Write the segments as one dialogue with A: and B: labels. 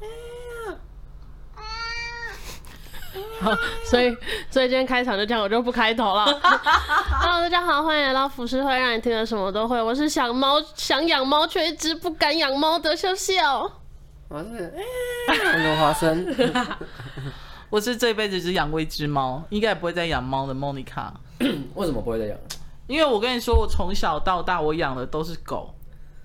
A: 哎啊所以所以今天开场就这样，我就不开头了。Hello，大家好，欢迎来到浮世会，让你听了什么都会。我是想猫想养猫却一直不敢养猫的秀秀。
B: 我 是很多花生，
C: 我是这辈子只养过一只猫，应该也不会再养猫的莫妮卡。
B: 为什么不会再养？
C: 因为我跟你说，我从小到大我养的都是狗，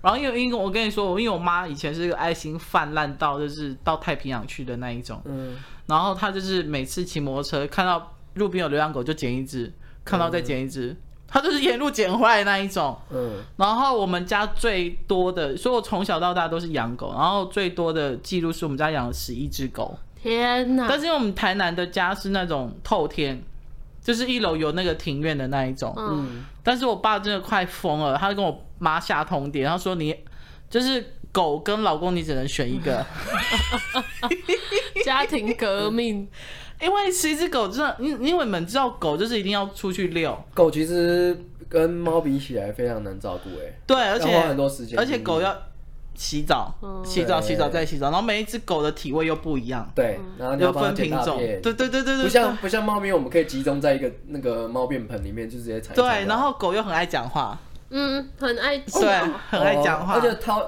C: 然后因为因为我跟你说，我因为我妈以前是个爱心泛滥到就是到太平洋去的那一种，
B: 嗯，
C: 然后她就是每次骑摩托车看到路边有流浪狗就捡一只，看到再捡一只，她就是沿路捡回来的那一种。
B: 嗯，
C: 然后我们家最多的，所以我从小到大都是养狗，然后最多的记录是我们家养了十一只狗。
A: 天哪！
C: 但是因为我们台南的家是那种透天，就是一楼有那个庭院的那一种。
A: 嗯，
C: 但是我爸真的快疯了，他就跟我妈下通牒，他说你就是狗跟老公你只能选一个，
A: 嗯家庭革命，
C: 因为十一只狗真的，因因为你们知道狗就是一定要出去遛，
B: 狗其实跟猫比起来非常难照顾哎、
C: 对，而
B: 要花很
C: 且
B: 多时间，
C: 而且狗要洗澡
A: 嗯，
C: 洗澡
B: 对
C: 洗澡再洗澡，然后每一只狗的体味又不一样，
B: 对，然后你要
C: 又
B: 帮它
C: 分
B: 捡
C: 品
B: 大
C: 种，
B: 便
C: 对，对对对对，
B: 不像不像猫咪，我们可以集中在一个那个猫便盆里面，就直接踩一踩
C: 对
B: 就好。
C: 对，然后狗又很爱讲话，
A: 嗯，很爱讲
C: 对，很爱讲
B: 哦
C: 话
B: 而，且它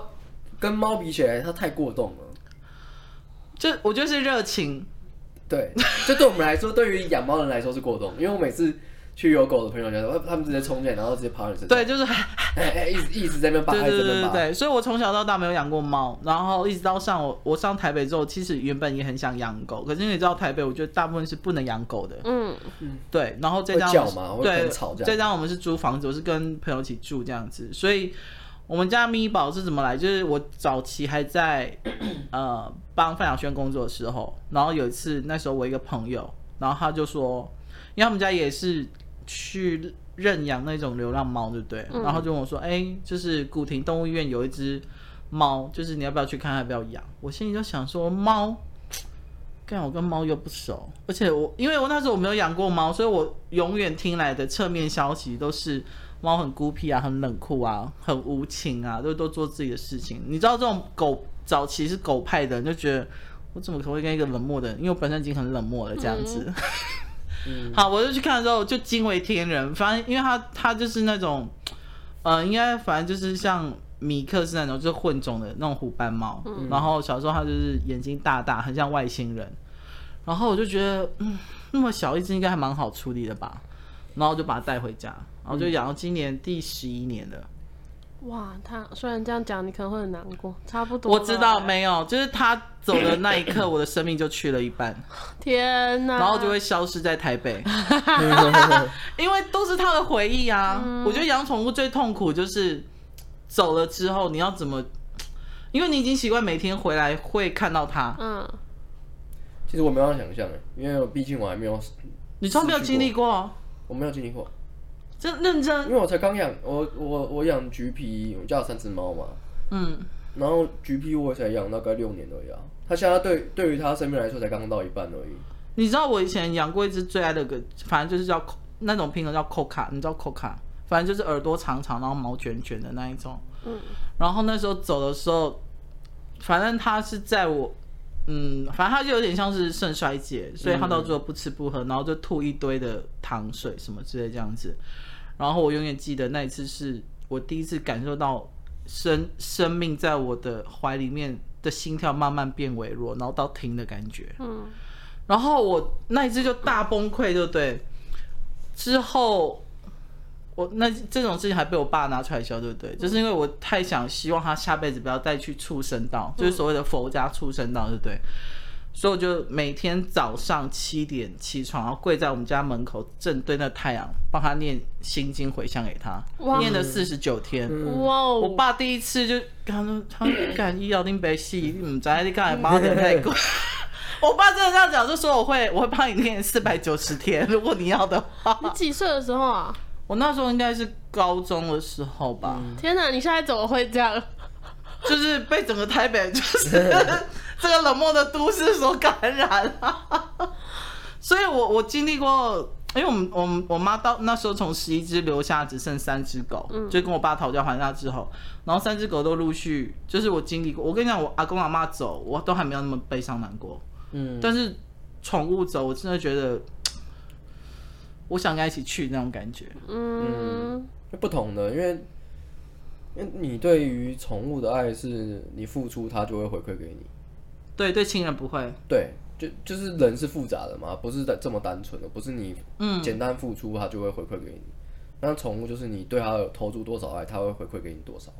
B: 跟猫比起来，它太过动了。
C: 就我就是热情，
B: 对，这对我们来说，对于养猫人来说是过动，因为我每次去有狗的朋友家，他他们直接冲进来，然后直接爬到你身上，
C: 对，就是
B: 哎，哎、一直一直在那边扒，
C: 对
B: 一
C: 对
B: 直
C: 对
B: 在那边
C: 对
B: 扒。
C: 对，所以我从小到大没有养过猫，然后一直到上我我上台北之后，其实原本也很想养狗，可是因为你知道台北，我觉得大部分是不能养狗的，
A: 嗯，
C: 对，然后再加
B: 会
C: 上
B: 叫吗
C: 我们
B: 会
C: 对
B: 很吵这样
C: 再加上我们是租房子，我是跟朋友一起住这样子，所以我们家咪宝是怎么来？就是我早期还在呃帮范晓萱工作的时候，然后有一次那时候我一个朋友，然后他就说，因为他们家也是去认养那种流浪猫，对不对？然后就跟我说，哎、就是古亭动物医院有一只猫，就是你要不要去看，要不要养？我心里就想说，猫。干，我跟猫又不熟，而且我因为我那时候我没有养过猫，所以我永远听来的侧面消息都是猫很孤僻啊，很冷酷啊，很无情啊，都都做自己的事情。你知道这种狗早期是狗派的，你就觉得我怎么可能会跟一个冷漠的人？因为我本身已经很冷漠了，这样子。 好，我就去看的时候就惊为天人，反正因为他他就是那种，呃，应该反正就是像米克是那种就是混种的那种虎斑猫，然后小时候它就是眼睛大大，很像外星人，然后我就觉得，嗯，那么小一只应该还蛮好处理的吧，然后我就把它带回家，然后就养到今年第十一年了。
A: 哇，他虽然这样讲，你可能会很难过，差不多。
C: 我知道，，没有，就是它走的那一刻，我的生命就去了一半，
A: 天哪！
C: 然后就会消失在台北。 因为都是他的回忆啊。我觉得养宠物最痛苦就是走了之后，你要怎么？因为你已经习惯每天回来会看到它，
A: 嗯，
B: 其实我没办法想象，因为我毕竟我还没有，
C: 你从来没有经历过，
B: 我没有经历过，
C: 真认
B: 因
C: 真，
B: 为我才刚养，我我我养橘皮，我家有三只猫嘛，
C: 嗯，
B: 然后橘皮我才养大概六年而已啊，它现在对对于它生命来说才刚刚到一半而已。
C: 你知道我以前养过一只最爱的个，反正就是叫 co- 那种品种叫 coca，你知道 coca，反正就是耳朵长长，然后毛卷卷的那一种。
A: 嗯。
C: 然后那时候走的时候，反正它是在我，嗯，反正它就有点像是肾衰竭，所以它到最后不吃不喝，然后就吐一堆的糖水什么之类这样子。然后我永远记得那一次是我第一次感受到生生命在我的怀里面的心跳慢慢变微弱，然后到停的感觉。
A: 嗯，
C: 然后我那一只就大崩溃，对不对？之后我那这种事情还被我爸拿出来笑，对不对？就是因为我太想希望他下辈子不要再去畜生道，就是所谓的佛家畜生道，对不对？所以我就每天早上七点起床，然后跪在我们家门口正对那太阳，帮他念心经回向给他
A: 哇，
C: 念了四十九天。
A: 哇哦，
C: 我爸第一次就他说他干医药定白戏，你唔知你干嘛点太贵。 我爸真的这样讲，就说我会我会帮你念四百九十天，如果你要的话。
A: 你几岁的时候啊？
C: 我那时候应该是高中的时候吧，
A: 天哪，你现在怎么会这样？
C: 就是被整个台北就是这个冷漠的都市所感染啊。所以我我经历过，因为我们我们我妈到那时候从十一只留下只剩三只狗，就跟我爸讨价还价之后，然后三只狗都陆续就是我经历过。我跟你讲，我阿公阿妈走，我都还没有那么悲伤难过，
B: 嗯，
C: 但是宠物走，我真的觉得我想跟他一起去那种感觉。
A: 嗯，
B: 不同的，因为因为你对于宠物的爱是你付出，它就会回馈给你。
C: 对对，亲人不会，
B: 对，就就是人是复杂的嘛，不是这么单纯的，不是你简单付出它就会回馈给你。那宠物就是你对它有投注多少爱，它会回馈给你多少。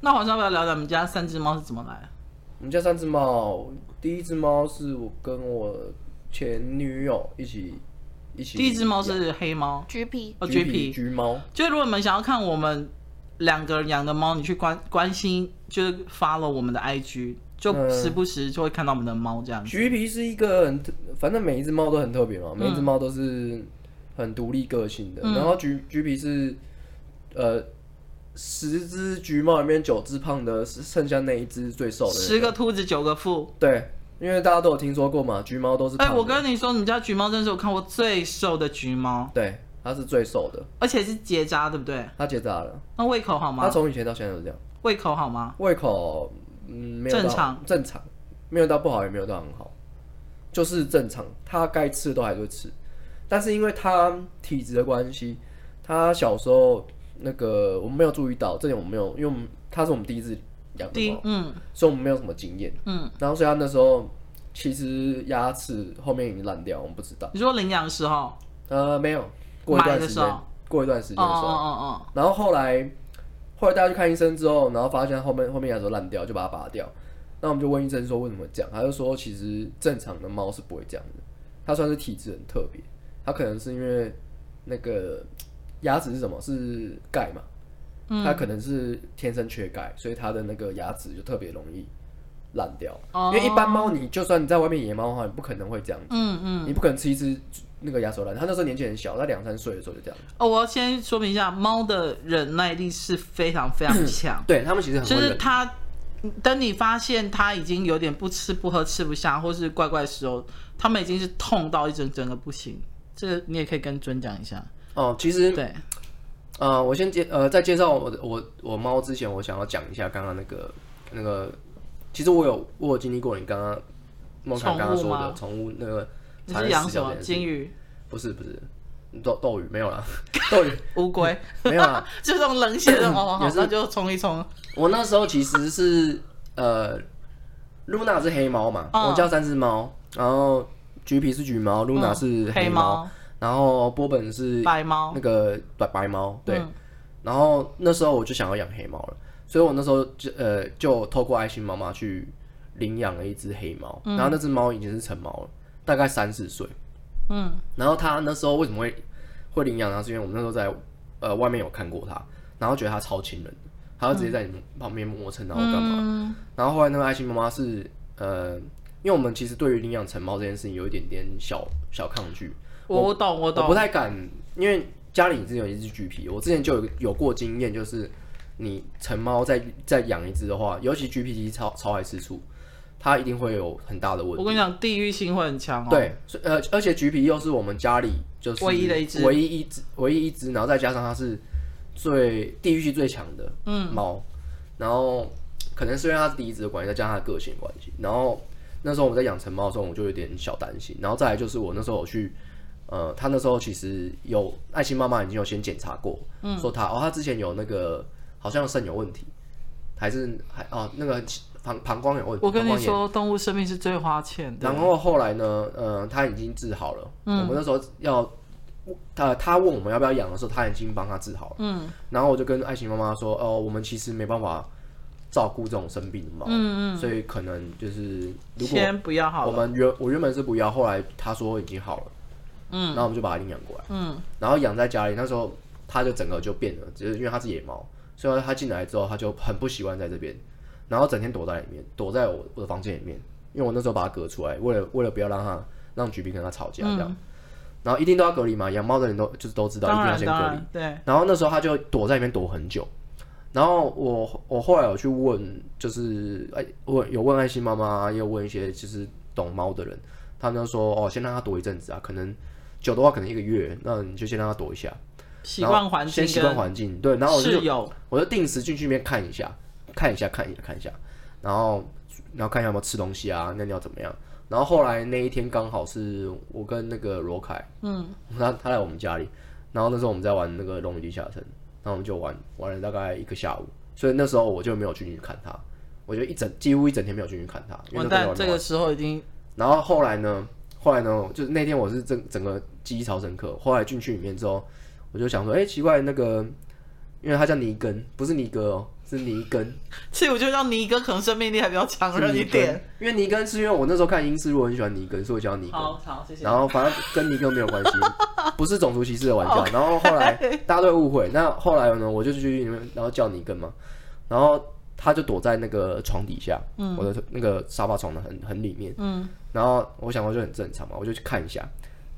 C: 那皇上要不要聊聊我们家三只猫是怎么来的？
B: 我们家三只猫，第一只猫是我跟我前女友一起一起，
C: 第一只猫是黑猫，
A: 橘皮，
C: 哦
B: 橘
C: 橘皮。
B: 橘猫，
C: 就是如果你们想要看我们两个人养的猫，你去关关心，就是 follow 我们的 IG，就
B: 嗯
C: 时不时就会看到我们的猫这样子。
B: 橘皮是一个很特，反正每一只猫都很特别
C: 嗯
B: 嘛，每一只猫都是很独立个性的。然后橘橘皮是，呃，十只橘猫里面九只胖的，是剩下那一只最瘦的。
C: 十个秃子九个富。
B: 对，因为大家都有听说过嘛，橘猫都是
C: 哎、
B: 胖的。
C: 我跟你说，你们家橘猫真的是我看过最瘦的橘猫，
B: 对，它是最瘦的，
C: 而且是结扎，对不对？
B: 它结扎了。
C: 那胃口好
B: 它
C: 吗？
B: 从以前到现在都是这样，
C: 胃口好吗？
B: 胃口嗯没有到
C: 正常
B: 正常，没有到不好也没有到很好，就是正常，它该吃的都还是会吃，但是因为它体质的关系，它小时候那个我们没有注意到这点，我们没有，因为我们它是我们第一次养
C: 第
B: 的
C: 一
B: 猫，，
C: 嗯
B: 所以我们没有什么经验，
C: 嗯，
B: 然后所以它那时候其实牙齿后面已经烂掉，我们不知道，
C: 你说领养的时候，
B: 呃，没有，过一
C: 买
B: 段
C: 的
B: 时
C: 时
B: 间
C: 候，
B: 过一段时间
C: 哦
B: 的时
C: 哦
B: 候，
C: 哦
B: 然后后来后来大家去看医生之后，然后发现它后面后面牙齿都烂掉，就把它拔掉。那我们就问医生说为什么这样，他就说其实正常的猫是不会这样的，它算是体质很特别，它可能是因为那个牙齿是什么是钙嘛，
C: 嗯
B: 它可能是天生缺钙，所以它的那个牙齿就特别容易烂掉。
C: 哦，
B: 因为一般猫你就算你在外面野猫的话，你不可能会这样，
C: 嗯嗯。
B: 你不可能吃一只那个牙齿会烂。它那时候年纪很小，它两三岁的时候就这样。
C: 哦，我要先说明一下，猫的忍耐力是非常 非常强，
B: 对他们其实很会
C: 就
B: 忍
C: 是它，等你发现它已经有点不吃不喝、吃不下，或是怪怪的时候，它们已经是痛到一整整个不行。这个你也可以跟尊讲一下，
B: 哦，其实
C: 对，
B: 呃，我先介呃，在介绍我的我我猫之前，我想要讲一下刚刚那个那个，其实我有我有经历过你刚刚梦凯刚刚说的宠物那个
C: 你
B: 差
C: 是
B: 点
C: 养
B: 死
C: 什
B: 掉
C: 么
B: 那？件事
C: 金鱼、
B: 不是不是斗斗鱼没有啦， 斗鱼
C: 乌龟，啊
B: 没 有啦。
C: 就这种冷血的哦，好
B: 嗯也，是
C: 那就冲一冲。
B: 我那时候其实是呃，露娜是黑猫嘛，
C: 嗯
B: 我叫三只猫，然后橘皮是橘猫，露娜是
C: 嗯黑
B: 猫，嗯
C: 猫、
B: 然后波本是
C: 白猫
B: 那，个白白猫，对。
C: 嗯
B: 然后那时候我就想要养黑猫了，所以我那时候就呃就透过爱心妈妈去领养了一只黑猫，然后那只猫已经是成猫了，大概三四岁。
C: 嗯，
B: 然后它那时候为什么会会领养它，是因为我们那时候在呃外面有看过它，然后觉得它超亲人的，它就直接在你旁边磨蹭，然后干嘛？
C: 嘛？
B: 然后后来那个爱心妈妈是呃，因为我们其实对于领养成猫这件事情有一点点小小抗拒，
C: 我我懂，我
B: 我
C: 懂，
B: 不太敢，因为家里已经有一只橘皮，我之前就有有过经验，就是你成猫再再养一只的话，尤其橘皮其实超超爱吃醋，它一定会有很大的问
C: 我
B: 题。
C: 跟你讲，地域性会很强哦。，
B: 对，所以呃，而且橘皮又是我们家里就是
C: 唯一的一只
B: 唯一一只，唯一一只，然后再加上它是最地域性最强的
C: 嗯
B: 猫，然后可能是因为它是第一只的关系，再加上它的个性关系，然后那时候我们在养成猫的时候，我就有点小担心，然后再来就是我那时候有去。呃，他那时候其实有爱心妈妈已经有先检查过，
C: 嗯
B: 说他哦，他之前有那个好像肾有问题，还是还哦那个膀膀胱有问题，
C: 我跟
B: 膀胱
C: 你
B: 炎
C: 说，动物生命是最花钱的。
B: 然后后来呢，呃，他已经治好了。我们那时候要，呃他他问我们要不要养的时候，他已经帮他治好了。嗯，然后我就跟爱情妈妈说，哦，我们其实没办法照顾这种生病的猫，嗯嗯，所以可能就是如果
C: 先不要好
B: 我
C: 了，
B: 们原我原本是不要，后来他说已经好了，嗯，然后我们就把它领养过来，嗯，然后养在家里，那时候它就整个就变了，就是因为它是野猫，所以它进来之后它就很不习惯在这边，然后整天躲在里面，躲在我我的房间里面，因为我那时候把它隔出来，为了为了不要让它让橘皮跟它吵架这
C: 嗯
B: 样，然后一定都要隔离嘛，养猫的人都就是都知道一
C: 当
B: 定要
C: 然
B: 先
C: 当
B: 隔离，
C: 然，对，
B: 然后那时候他就躲在里面躲很久。然后我我后来有去问，就是哎，问有问爱心妈啊妈，也有问一些就是懂猫的人，他们就说哦，先让它躲一阵子啊，可能久的话可能一个月，那你就先让它躲一下，
C: 习惯环境
B: 先习惯
C: 跟
B: 环境，对，然后我就
C: 室友，
B: 我就定时进去那边看一下，看一下，看一下，看一下，然后然后看一下有没有吃东西啊，尿尿怎么样，然后后来那一天刚好是我跟那个罗凯，
C: 嗯，
B: 他他来我们家里，然后那时候我们在玩那个《龙与地下城》，然后我们就玩玩了大概一个下午，所以那时候我就没有进去看他，我就一整几乎一整天没有进去看他，啊因为
C: 完
B: 那天
C: 蛋
B: 玩，
C: 这个时候已经
B: 然后后来呢，后来呢，就是那天我是整整个记忆超深刻。后来进去里面之后，我就想说，哎、奇怪，那个，因为他叫尼根，不是尼哥哦，是尼根，
C: 所以我觉得让尼哥可能生命力还比较强
B: 是
C: 韧
B: 尼
C: 一
B: 根
C: 点。。
B: 因为尼根是因为我那时候看英式，我很喜欢尼根，所以我叫尼根。
C: 好好，谢谢。
B: 然后反正跟尼哥没有 关系，不是种族歧视的玩笑。然后后来大家都会误会，那后来呢，我就去里面，然后叫尼根嘛，然后他就躲在那个床底下，我的那个沙发床的很很里面，
C: 嗯，
B: 然后我想说就很正常嘛，我就去看一下，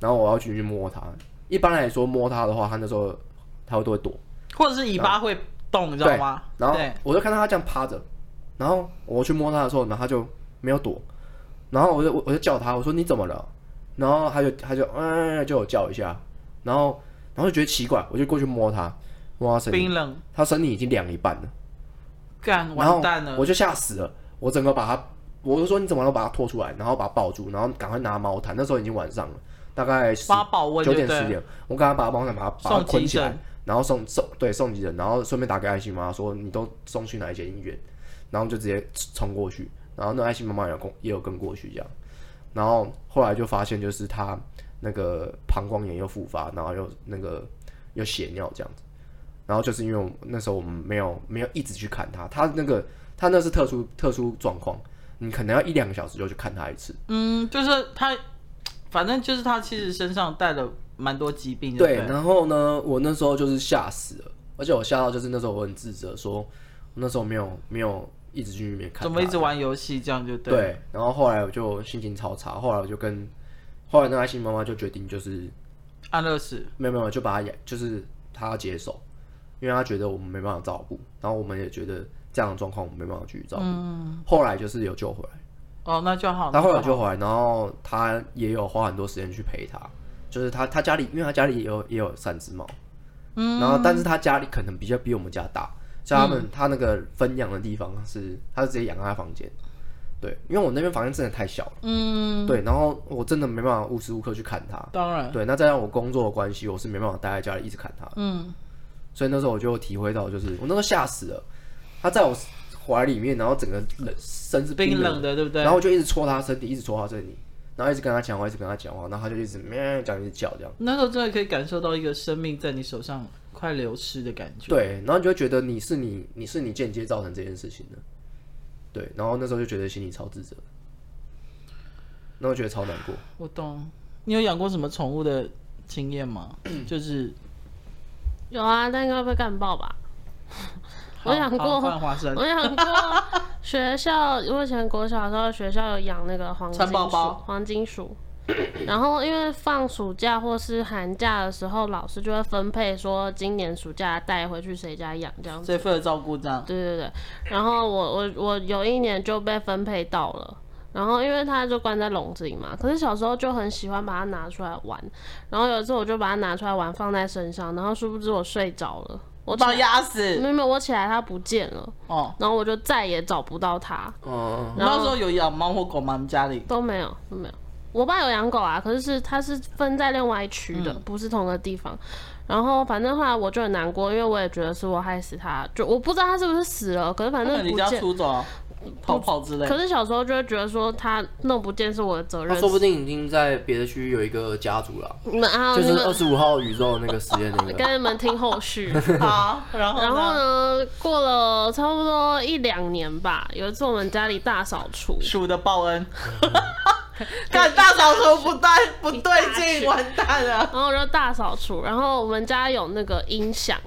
B: 然后我要进去摸它。一般来说摸它的话，它那时候它会都会躲，
C: 或者是尾巴会动，你知
B: 对
C: 道吗？
B: 然后
C: 对，
B: 我就看到它这样趴着，然后我去摸它的时候，然后它就没有躲，然后我就我我就叫它，我说你怎么了？然后它就它就嗯就有叫一下，然后然后就觉得奇怪，我就过去摸它，摸它身体，
C: 冰冷，
B: 它身体已经凉一半了，
C: 干
B: 然后
C: 完蛋了
B: 我，就吓死了，我整个把它，我就说你怎么了？我把它拖出来，然后把它抱住，然后赶快拿毛毯，那时候已经晚上了，大概十
C: 帮他保温，
B: 九
C: 对
B: 点
C: 不
B: 十
C: 对？
B: 点，我刚刚把毛毯把它把它
C: 送
B: 捆
C: 急
B: 起来
C: 诊，，
B: 然后送送对送急诊，然后顺便打给爱心妈妈说你都送去哪一间医院，然后就直接冲过去，然后那爱心妈妈也有跟也有跟过去这样，然后后来就发现就是他那个膀胱炎又复发，然后又那个又血尿这样子，然后就是因为我们那时候我们没有没有一直去看他，他那个他那是特殊特殊状况，你可能要一两个小时就去看他一次，
C: 嗯，就是他，反正就是他其实身上带了蛮多疾病，
B: 对，
C: 对不对，
B: 然后呢，我那时候就是吓死了，而且我吓到就是那时候我很自责，说我那时候没有没有一直去那边看它，
C: 怎么一直玩游戏这样就对了，
B: 对，然后后来我就心情超差，后来我就跟后来那爱心妈妈就决定就是
C: 安乐死，
B: 没有没有就把他养，就是他要接手，因为他觉得我们没办法照顾，然后我们也觉得这样的状况我们没办法继续照顾，
C: 嗯
B: 后来就是有救回来，
C: 哦，那就好，
B: 他
C: 那
B: 后来
C: 就
B: 有
C: 好
B: 救回来，然后他也有花很多时间去陪他，就是他他家里因为他家里也有也有三只猫。
C: 嗯，
B: 然后但是他家里可能比较比我们家大，所以他们、他那个分养的地方是，他是直接养在他房间。对，因为我那边房间真的太小了，
C: 嗯，
B: 对，然后我真的没办法无时无刻去看他。
C: 当然，
B: 对，那再让我工作的关系，我是没办法待在家里一直看他，
C: 嗯，
B: 所以那时候我就体会到，就是我那时候吓死了，他在我怀里面，然后整个人身是
C: 冰
B: 冷的
C: 冷的，对不对
B: 然？后我就一直戳他身体，一直戳他身体，然后一直跟他讲话，一直跟他讲话，然后他就一直咩讲，一直叫这样。
C: 那时候真的可以感受到一个生命在你手上快流失的感觉。
B: 对，然后你就会觉得你是你，你是你间接造成这件事情的，对。然后那时候就觉得心里超自责，那我觉得超难过。
C: 我懂。你有养过什么宠物的经验 吗？就是
A: 有啊，但应该被干爆吧？我养
C: 好好
A: 过，
C: 换花生
A: 我养过学校，我以前国小的时候，学校有养那个黄金
C: 蚕
A: 鼠，
C: 宝宝
A: 黄金鼠。然后因为放暑假或是寒假的时候，老师就会分配说今年暑假带回去谁家养这样子。
C: 最负责照顾这样。
A: 对对对，然后我我我有一年就被分配到了。然后因为它就关在笼子里嘛，可是小时候就很喜欢把它拿出来玩。然后有一次我就把它拿出来玩，放在身上，然后殊不知我睡着了，我嗯
C: 我
A: 起
C: 把
A: 来
C: 它压
A: 没
C: 死
A: 有没有，我起来它不见了，
C: 哦！
A: 然后我就再也找不到它，
B: 嗯，
C: 你
A: 然后
C: 那时候有养猫或狗吗？我们家里
A: 都没有都没有。我爸有养狗啊，可是是它是分在另外一区
C: 嗯
A: 的，不是同个地方。然后反正后来我就很难过，因为我也觉得是我害死它，就我不知道它是不是死了，可是反正
C: 那你
A: 不嗯
C: 家
A: 见。
C: 出走啊跑跑之类
A: 可。 是小时候就会觉得说他弄不见是我的责
B: 他
A: 任，
B: 说不定已经在别的区域有一个家族了，
A: 你们啊，
B: 就
A: 你
B: 是二
A: 们
B: 十五号宇宙那个实验那个。
A: 跟你们听后 续。
B: 啊
C: 好，然后
A: 啊然
C: 然
A: 后呢，过了差不多一两年吧，有一次我们家里大扫除，
C: 鼠的报恩，
A: 嗯
C: 干大扫除不对不对劲，完蛋了。
A: 然后我就大扫除，然后我们家有那个音响，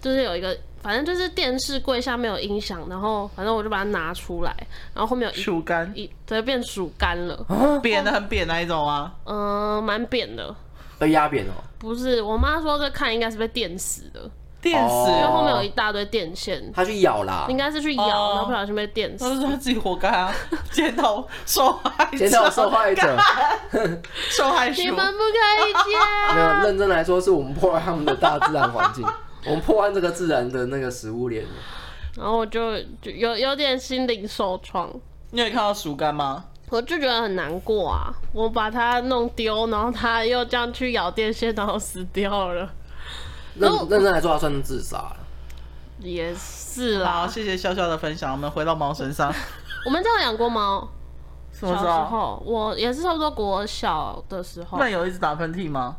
A: 就是有一个，反正就是电视柜下面有音响，然后反正我就把它拿出来，然后后面有一
C: 鼠干
A: 一对变鼠干了，
B: 啊
C: 扁的很扁那一种啊，
A: 嗯、蛮扁的。
B: 被压扁哦，
A: 不是，我妈说这看应该是被电死的，
C: 电死
A: 因为
B: 哦
A: 后面有一大堆电线，
B: 他去咬啦
A: 应，该是去咬，
C: 哦
A: 然后不小心被电
C: 那
A: 死。
C: 是他自己活 该啊！街头受害者，
B: 检讨受害者。
C: 受害鼠
A: 你们不可以
B: 没有，
A: 接。
B: 认真来说，是我们破坏他们的大自然环境，我们破坏这个自然的那个食物链。
A: 然后我就就有有点心灵受创，
C: 你有看到鼠干吗？
A: 我就觉得很难过啊！我把它弄丢，然后它又这样去咬电线，然后死掉了，
B: 认
A: 如果
B: 认真来说，他算是自杀了。
A: 也是
C: 好，
A: 啦。
C: 谢谢笑笑的分享，我们回到猫身上。
A: 我们家有养过猫，
C: 什
A: 小
C: 么
A: 时
C: 时候？
A: 候我也是差不多国小的时候
C: 那，有一直打喷嚏吗？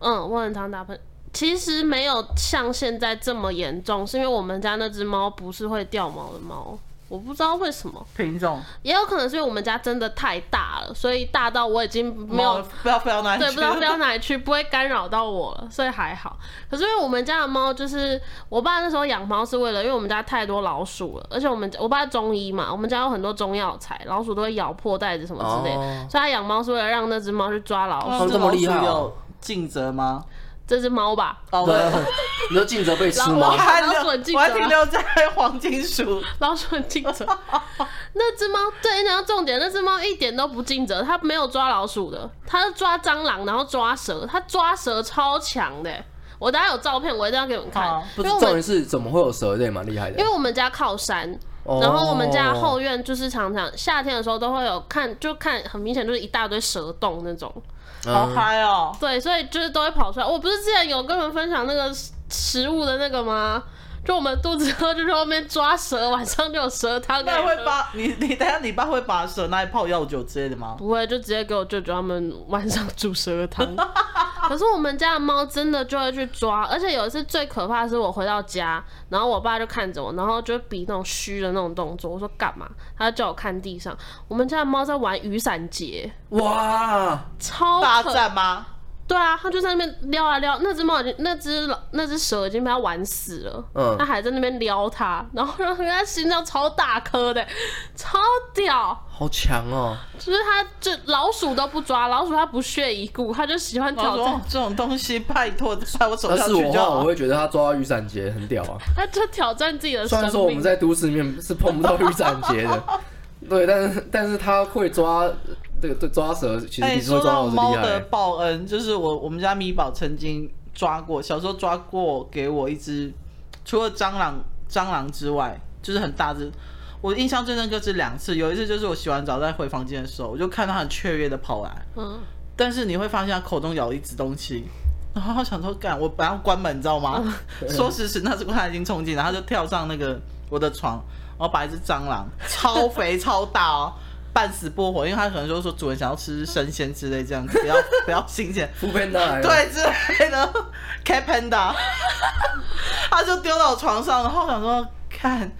A: 嗯，我很常打喷。其实没有像现在这么严重，是因为我们家那只猫不是会掉毛的猫，我不知道为什么，
C: 品种
A: 也有可能是因为我们家真的太大了，所以大到我已经没有
C: 猫不要不要拿去，
A: 对，不知道飞 到哪里去，不会干扰到我了，所以还好。可是因为我们家的猫，就是我爸那时候养猫是为了，因为我们家太多老鼠了，而且我们我爸中医嘛，我们家有很多中药材，老鼠都会咬破袋子什么之类的，
B: 哦
A: 所以他养猫是为了让那只猫去抓老鼠，
B: 他们这么厉害
C: 老
B: 哦
C: 鼠有尽责吗？
A: 这只猫吧，
C: 哦，
B: 对
C: 我
B: 啊， 你说尽责被吃
A: 老
C: 我
B: 吗？
C: 还
A: 老鼠很尽责
C: 留，我
A: 啊
C: 还停留在黄金鼠，
A: 老鼠很尽 责。那只猫对，然后重点，那只猫一点都不尽责，它没有抓老鼠的，它是抓蟑螂，然后抓蛇，它抓蛇超强的欸。我等下有照片，我一定要给你们看
C: 好，
B: 哦不
A: 因为
B: 是
A: 我
B: 重
A: 们
B: 点是怎么会有蛇？这也蛮厉害的
A: 因。为我们家靠山，
B: 哦
A: 然后我们家后院就是常常夏天的时候都会有看，就看很明显就是一大堆蛇洞那种，
C: 好
B: 嗯
C: 嗨哦！
A: 对，所以就是都会跑出来。我不是之前有跟你们分享那个食食物的那个吗？就我们肚子饿，就去后面抓蛇，晚上就有蛇汤给
C: 那
A: 你
C: 会
A: 喝。
C: 把你你等一下你爸会把蛇拿来泡药酒之类的吗？
A: 不会，就直接给我舅舅他们晚上煮蛇汤。 可是我们家的猫真的就会去抓，而且有一次最可怕的是我回到家，然后我爸就看着我，然后就比那种虚的那种动作。我说干嘛？他就叫我看地上。我们家的猫在玩雨伞节，
B: 哇，
A: 超
C: 大
A: 可
C: 战吗？
A: 对啊，它就在那边撩啊撩。那只猫已经，那只老那只蛇已经被它玩死了，
B: 嗯
A: 它还在那边撩它，然后让它心脏超大颗的，超屌。
B: 好强哦！
A: 就是它就老鼠都不抓，老鼠它不屑一顾，它就喜欢
C: 我
A: 挑
C: 说
A: 战，
C: 这种东西拜托在我手
B: 要
C: 上
B: 是我
C: 去
B: 的
C: 就
B: 话，
A: 啊
B: 我
C: 好。
B: 会觉得他抓到雨伞节很屌啊。
A: 它就挑战自己的
B: 虽
A: 生命。
B: 然说我们在都市里面是碰不到雨伞节的， 对，但是但是他会抓这个对抓蛇，其实
C: 哎，
B: 比说
C: 说
B: 抓
C: 到
B: 老鼠
C: 猫
B: 厉
C: 的
B: 害。
C: 报恩，就是我我们家米宝曾经抓过，小时候抓过给我一只，除了蟑螂蟑螂之外，就是很大只。我印象最深刻是两次，有一次就是我洗完澡在回房间的时候，我就看它很雀跃的跑来，
A: 嗯，
C: 但是你会发现它口中咬了一只东西，然后它想说干，我本来要关门，你知道吗？ 说时迟那时快，它已经冲进来，它就跳上那个我的床，然后把一只蟑螂超肥超大哦。半死不活，因为它可能就是说主人想要吃生鲜之类这样子，不要不要新鲜，
B: 副片大来了，
C: 对之类的。Cat Panda，他就丢到我床上，然后我想说看，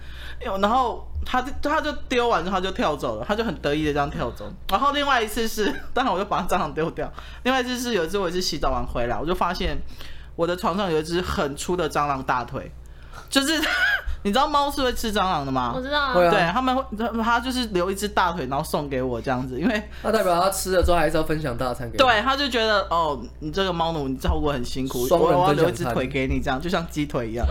C: 有然后他就他就丢完之后他就跳走了，他就很得意的这样跳走。然后另外一次是，当然我就把蟑螂丢掉。另外一次是有一次我也是洗澡完回来，我就发现我的床上有一只很粗的蟑螂大腿，就是 你知道猫是会吃蟑螂的吗
A: 我？知道啊，
B: 会啊
C: 对他们会，他就是留一只大腿，然后送给我这样子，因为
B: 那代表他吃了之后还是要分享大餐给你。
C: 对，他就觉得哦，你这个猫奴你照顾得很辛苦，
B: 双
C: 我
B: 人
C: 我要留一
B: 分
C: 只
B: 享餐
C: 腿给你，这样就像鸡腿一样。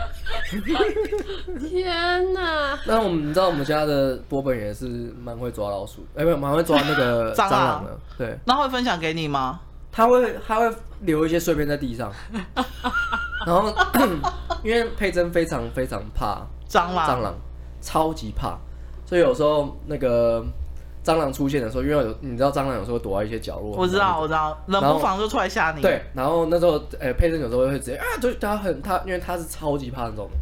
A: 天哪！
B: 那我们你知道我们家的波本也是蛮会抓老鼠，哎，不，蛮会抓那 个
C: 蟑螂
B: 蟑螂的。对，
C: 那会分享给你吗？
B: 他会他会留一些碎片在地 上，然后 因为佩珍非常非常怕
C: 蟑螂，
B: 蟑螂，超级怕，所以有时候那个蟑螂出现的时候，因为有你知道蟑螂有时候躲在一些角落，
C: 我知道，我知道，冷
B: 然
C: 不
B: 后
C: 防就出来吓你。
B: 对，然后那时候，呃、佩珍有时候会直接啊，就他很他，因为他是超级怕那种的。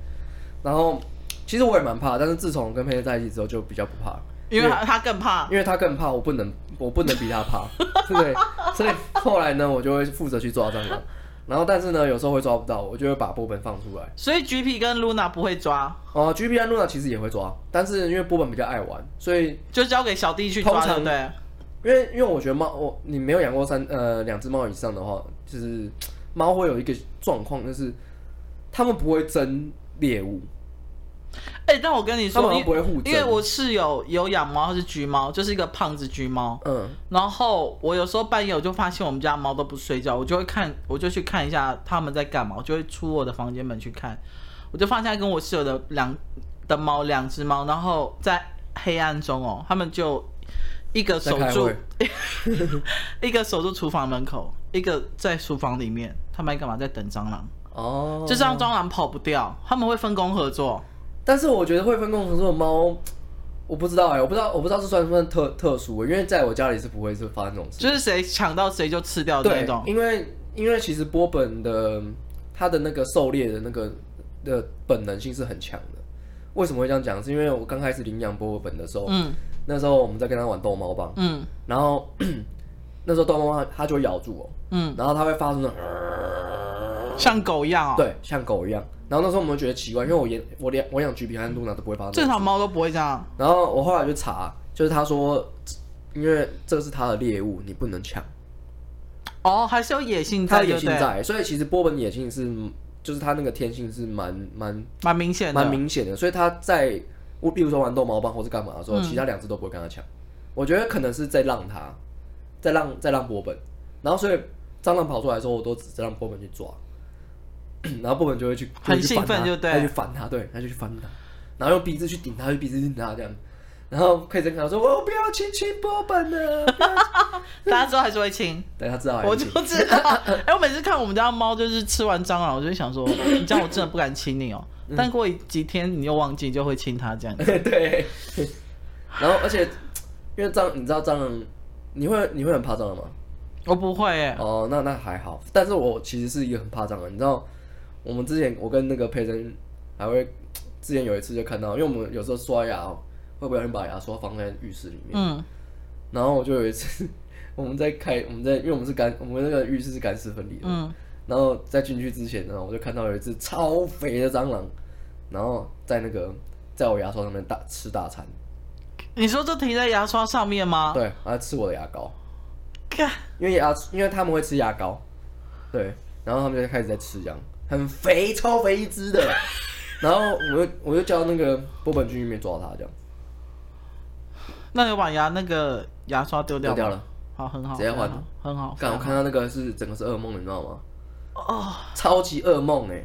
B: 然后其实我也蛮怕，但是自从跟佩珍在一起之后，就比较不怕，
C: 因为他他更怕。
B: 因为他更怕，我不能，我不能比他怕， 对，所以后来呢，我就会负责去抓蟑螂。然后，但是呢，有时候会抓不到，我就会把波本放出来。
C: 所以 GP 跟 Luna 不会抓，
B: 哦、g p 安露娜其实也会抓，但是因为波本比较爱玩，所以
C: 就交给小弟去抓，
B: 通常
C: 对不对？
B: 因为因为我觉得猫，我你没有养过三呃两只猫以上的话，就是猫会有一个状况，就是它们不会争猎物，
C: 哎、但我跟你
B: 它
C: 说，
B: 们好
C: 因
B: 像不会互
C: 因
B: 争。
C: 为我室友有养猫，它是橘猫，就是一个胖子橘猫。
B: 嗯，
C: 然后我有时候半夜我就发现我们家的猫都不睡觉，我就会看，我就去看一下它们在干嘛，我就会出我的房间门去看，我就发现它跟我室友的两的猫两只猫，然后在黑暗中哦，它们就一个
B: 在
C: 守
B: 开
C: 住
B: 会
C: 一个守住厨房门口，一个在书房里面，它们在干嘛？在等蟑螂，
B: 哦，
C: 就这样蟑螂跑不掉，他们会分工合作。
B: 但是我觉得会分工合作的猫，我不知道哎、我不知道，我不知道这算不算特特殊、欸因为在我家里是不会是发生这种事。
C: 就是谁抢到谁就吃掉的那
B: 对
C: 种，。
B: 因为因为其实波本的他的那个狩猎的那个的本能性是很强的。为什么会这样讲？是因为我刚开始领养波本的时候，
C: 嗯
B: 那时候我们在跟他玩逗猫棒，
C: 嗯
B: 然后 那时候逗猫棒它就会咬住我，
C: 嗯，
B: 然后它会发出那种、
C: 像狗一样哦。，
B: 对像狗一样。然后那时候我们觉得奇怪，因为我养我养我养橘皮和露娜都不会发出
C: 正。常猫都不会这样。
B: 然后我后来就查，就是他说，因为这是他的猎物，你不能抢。
C: 哦，还是有野性
B: 他
C: 在，
B: 的野
C: 对不
B: 性
C: 对？
B: 在，所以其实波本野性是，就是他那个天性是蛮蛮
C: 蛮明显
B: 蛮
C: 的。
B: 明显的，所以他在，我例如说玩逗猫棒或是干嘛的时
C: 嗯
B: 候，其他两只都不会跟他抢。我觉得可能是在让他，在让在让波本，然后所以蟑螂跑出来的时候，我都只是让波本去抓， 然后波本就会去
C: 很
B: 就会去
C: 兴
B: 烦
C: 奋
B: 他
C: 就对
B: 他去烦他，对，他就去烦他，然后用鼻子去顶他，用鼻子去顶他这样。然后佩珍跟他说：“我不要亲亲波本了。 不要亲
C: 大家之后还是会亲。”
B: 对，他知道还
C: 我
B: 是
C: 就
B: 亲。
C: 知道， 哎、我每次看我们家猫就是吃完蟑螂，我就会想说，你这样我真的不敢亲你哦、
B: 嗯
C: 但过几天你又忘记，你就会亲它这样子。
B: 对，然后 而且因为蟑，你知道蟑螂，你会你会很怕蟑螂吗？
C: 我不会哎、
B: 哦，那那还好，但是我其实是一个很怕蟑螂，你知道，我们之前我跟那个佩珍还会，之前有一次就看到，因为我们有时候刷牙哦会不小心把牙刷放在浴室里面，
C: 嗯，
B: 然后我就有一次我们在开我们在因为我们是干我们那个浴室是干湿分离的，
C: 嗯，
B: 然后在进去之前呢，我就看到有一只超肥的蟑螂，然后在那个在我牙刷上面大吃大餐，
C: 你说就停在牙刷上面吗？
B: 对，它吃我的牙膏。
C: 干
B: 因为牙，因为他们会吃牙膏，对，然后他们就开始在吃这样，很肥，超肥一只的。然后我就我就叫那个波本去那边抓它，这样
C: 那你把牙那个牙刷丢掉
B: 丢
C: 吗
B: 掉了。
C: 好，很好，
B: 直接换
C: 很好，很好。
B: 刚我看到那个是整个是噩梦，你知道吗？哦，超级噩梦哎、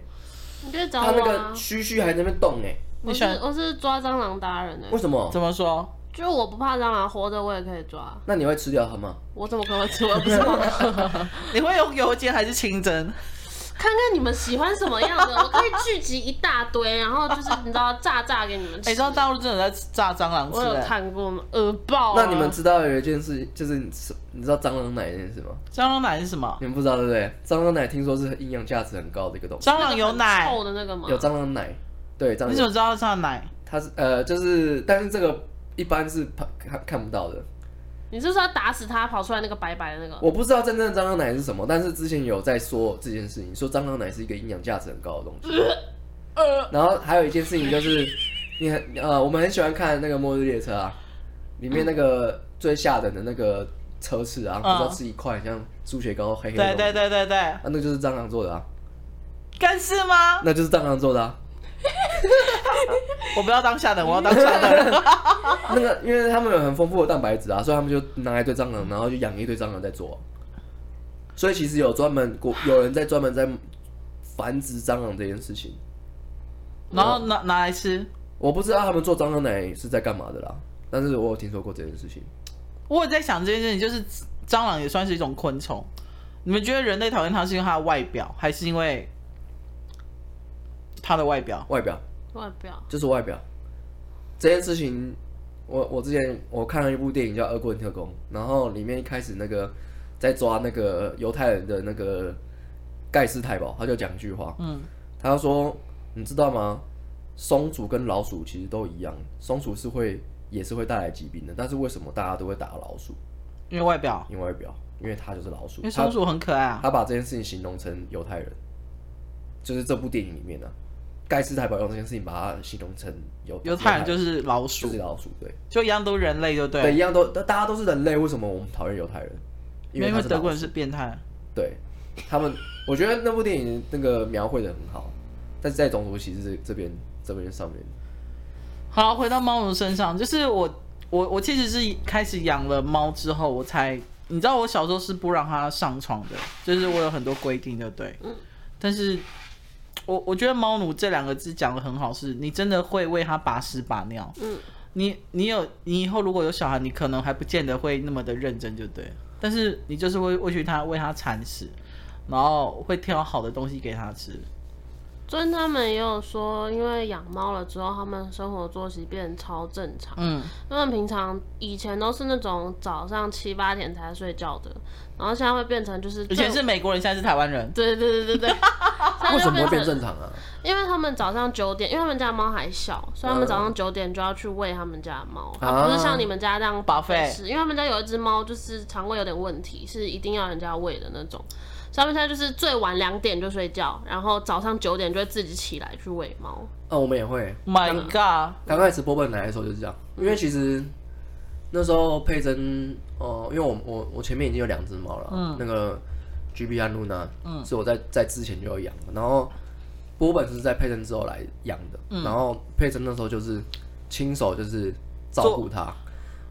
A: 你就找
B: 它那
A: 我
B: 个
A: 啊！
B: 须须还在那边动哎、
A: 我
C: 你
A: 是
C: 选
A: 我是抓蟑螂达人哎、
B: 为什么？
C: 嗯怎么说？
A: 就我不怕蟑螂，活着我也可以抓。
B: 那你会吃掉它吗？
A: 我怎么可能吃？ 我也不知道。
C: 你会用油煎还是清 蒸？
A: 看看你们喜欢什么样的，我可以聚集一大堆，然后就是你知道炸炸给你们吃。
C: 哎、你知道大陆真的在炸蟑螂吃、
A: 我有
C: 欸？
A: 看过吗？恶爆、啊！
B: 那你们知道有一件事，就是你吃你知道蟑螂奶这件事吗？
C: 蟑螂奶是什么？
B: 你们不知道对不对？蟑螂奶听说是营养价值很高的一个东西，
C: 蟑螂有
A: 那个
C: 奶
A: 很？臭的那个吗？
B: 有蟑螂奶，对，蟑螂
C: 你怎么知道它有奶？
B: 它是呃，就是，但是这个一般是看看看不到的。
A: 你是说打死它跑出来那个白白的那
C: 哦
A: 个？
B: 我不知道真正的蟑螂奶是什么，但是之前有在说这件事情，说蟑螂奶是一个营养价值很高的东 西。
C: 呃
B: 然后还有一件事情就是， 你很呃，我们很喜欢看那个《末日列车》啊，里面那个最下等的那个车次啊，
C: 嗯
B: 不知道吃一块像猪血糕黑黑的东
C: 对对
B: 西，
C: 对对对，
B: 啊，那就是蟑螂做的啊，
C: 干事吗？
B: 那就是蟑螂做的啊。
C: 我不要当下等，我要当下 等。
B: 那个因为他们有很丰富的蛋白质啊，所以他们就拿来堆蟑螂，然后就养一堆蟑螂在做。所以其实有专门国有人在专门在繁殖蟑螂这件事情，
C: 然后拿拿来吃。
B: 我不知道他们做蟑螂奶是在干嘛的啦，但是我有听说过这件事情。
C: 我有在想这件事情，就是蟑螂也算是一种昆虫。你们觉得人类讨厌它是因为它的外表，还是因为它的外表？
B: 外表
A: 外表
B: 就是外表这件事情，我我之前我看了一部电影叫《恶棍特工》，然后里面一开始那个在抓那个犹太人的那个盖世太保，他就讲一句话，
C: 嗯，
B: 他说：“你知道吗？松鼠跟老鼠其实都一样，松鼠是会也是会带来疾病的。但是为什么大家都会打老鼠？
C: 因为外表，
B: 因为外表，因为它就是老鼠
C: 因为。松
B: 他
C: 鼠很可爱啊。
B: 他把这件事情形容成犹太人，就是这部电影里面呢、啊，盖世太保用这件事情把它形容成犹
C: 犹太人
B: 是
C: 就是老
B: 就
C: 鼠
B: 是，老鼠，对
C: 就一样都人类，就对了。
B: 一样都大大家都是人类，为什么我们讨厌犹太人？因为
C: 因
B: 他
C: 为
B: 是
C: 德国
B: 老
C: 人
B: 鼠
C: 是变态。
B: 对他们，我觉得那部电影那个描绘的很好，但是在种族歧视这这边这边上面，
C: 好，回到猫奴身上，就是我我我其实是开始养了猫之后，我才你知道我小时候是不让它上床的，就是我有很多规定，对不对？但是我我觉得“猫奴”这两个字讲的很好，是你真的会为它把屎把尿。嗯，你你有你以后如果有小孩，你可能还不见得会那么的认真，就对了。但是你就是会会去它为它铲屎，然后会挑好的东西给它吃。
A: 昨天他们也有说，因为养猫了之后，他们生活作息变超正常。
C: 嗯，
A: 他们平常以前都是那种早上七八点才睡觉的，然后现在会变成就是
C: 以
A: 正，
C: 前是美国人，现在是台湾人。
A: 对对对对对，现在就
B: 为什么会变
A: 成
B: 正常啊？
A: 因为他们早上九点，因为他们家猫还小，所以他们
B: 嗯
A: 早上九点就要去喂他们家的猫，
B: 啊
A: 不是像你们家这样
C: 保
A: 费
C: 费
A: 式，因为他们家有一只猫就是肠胃有点问题，是一定要人家喂的那种。所以他们现在就是最晚两点就睡觉，然后早上九点就会自己起来去喂猫。
B: 啊，我们也会。
C: My God，
B: 刚开始波本来的时候就是这样，因为其实那时候佩珍，哦、因为我我我前面已经有两只猫了，那个 G B 安露娜，嗯，是我在在之前就有养的，然后波本是在佩珍之后来养的，然后佩珍那时候就是亲手就是照顾它，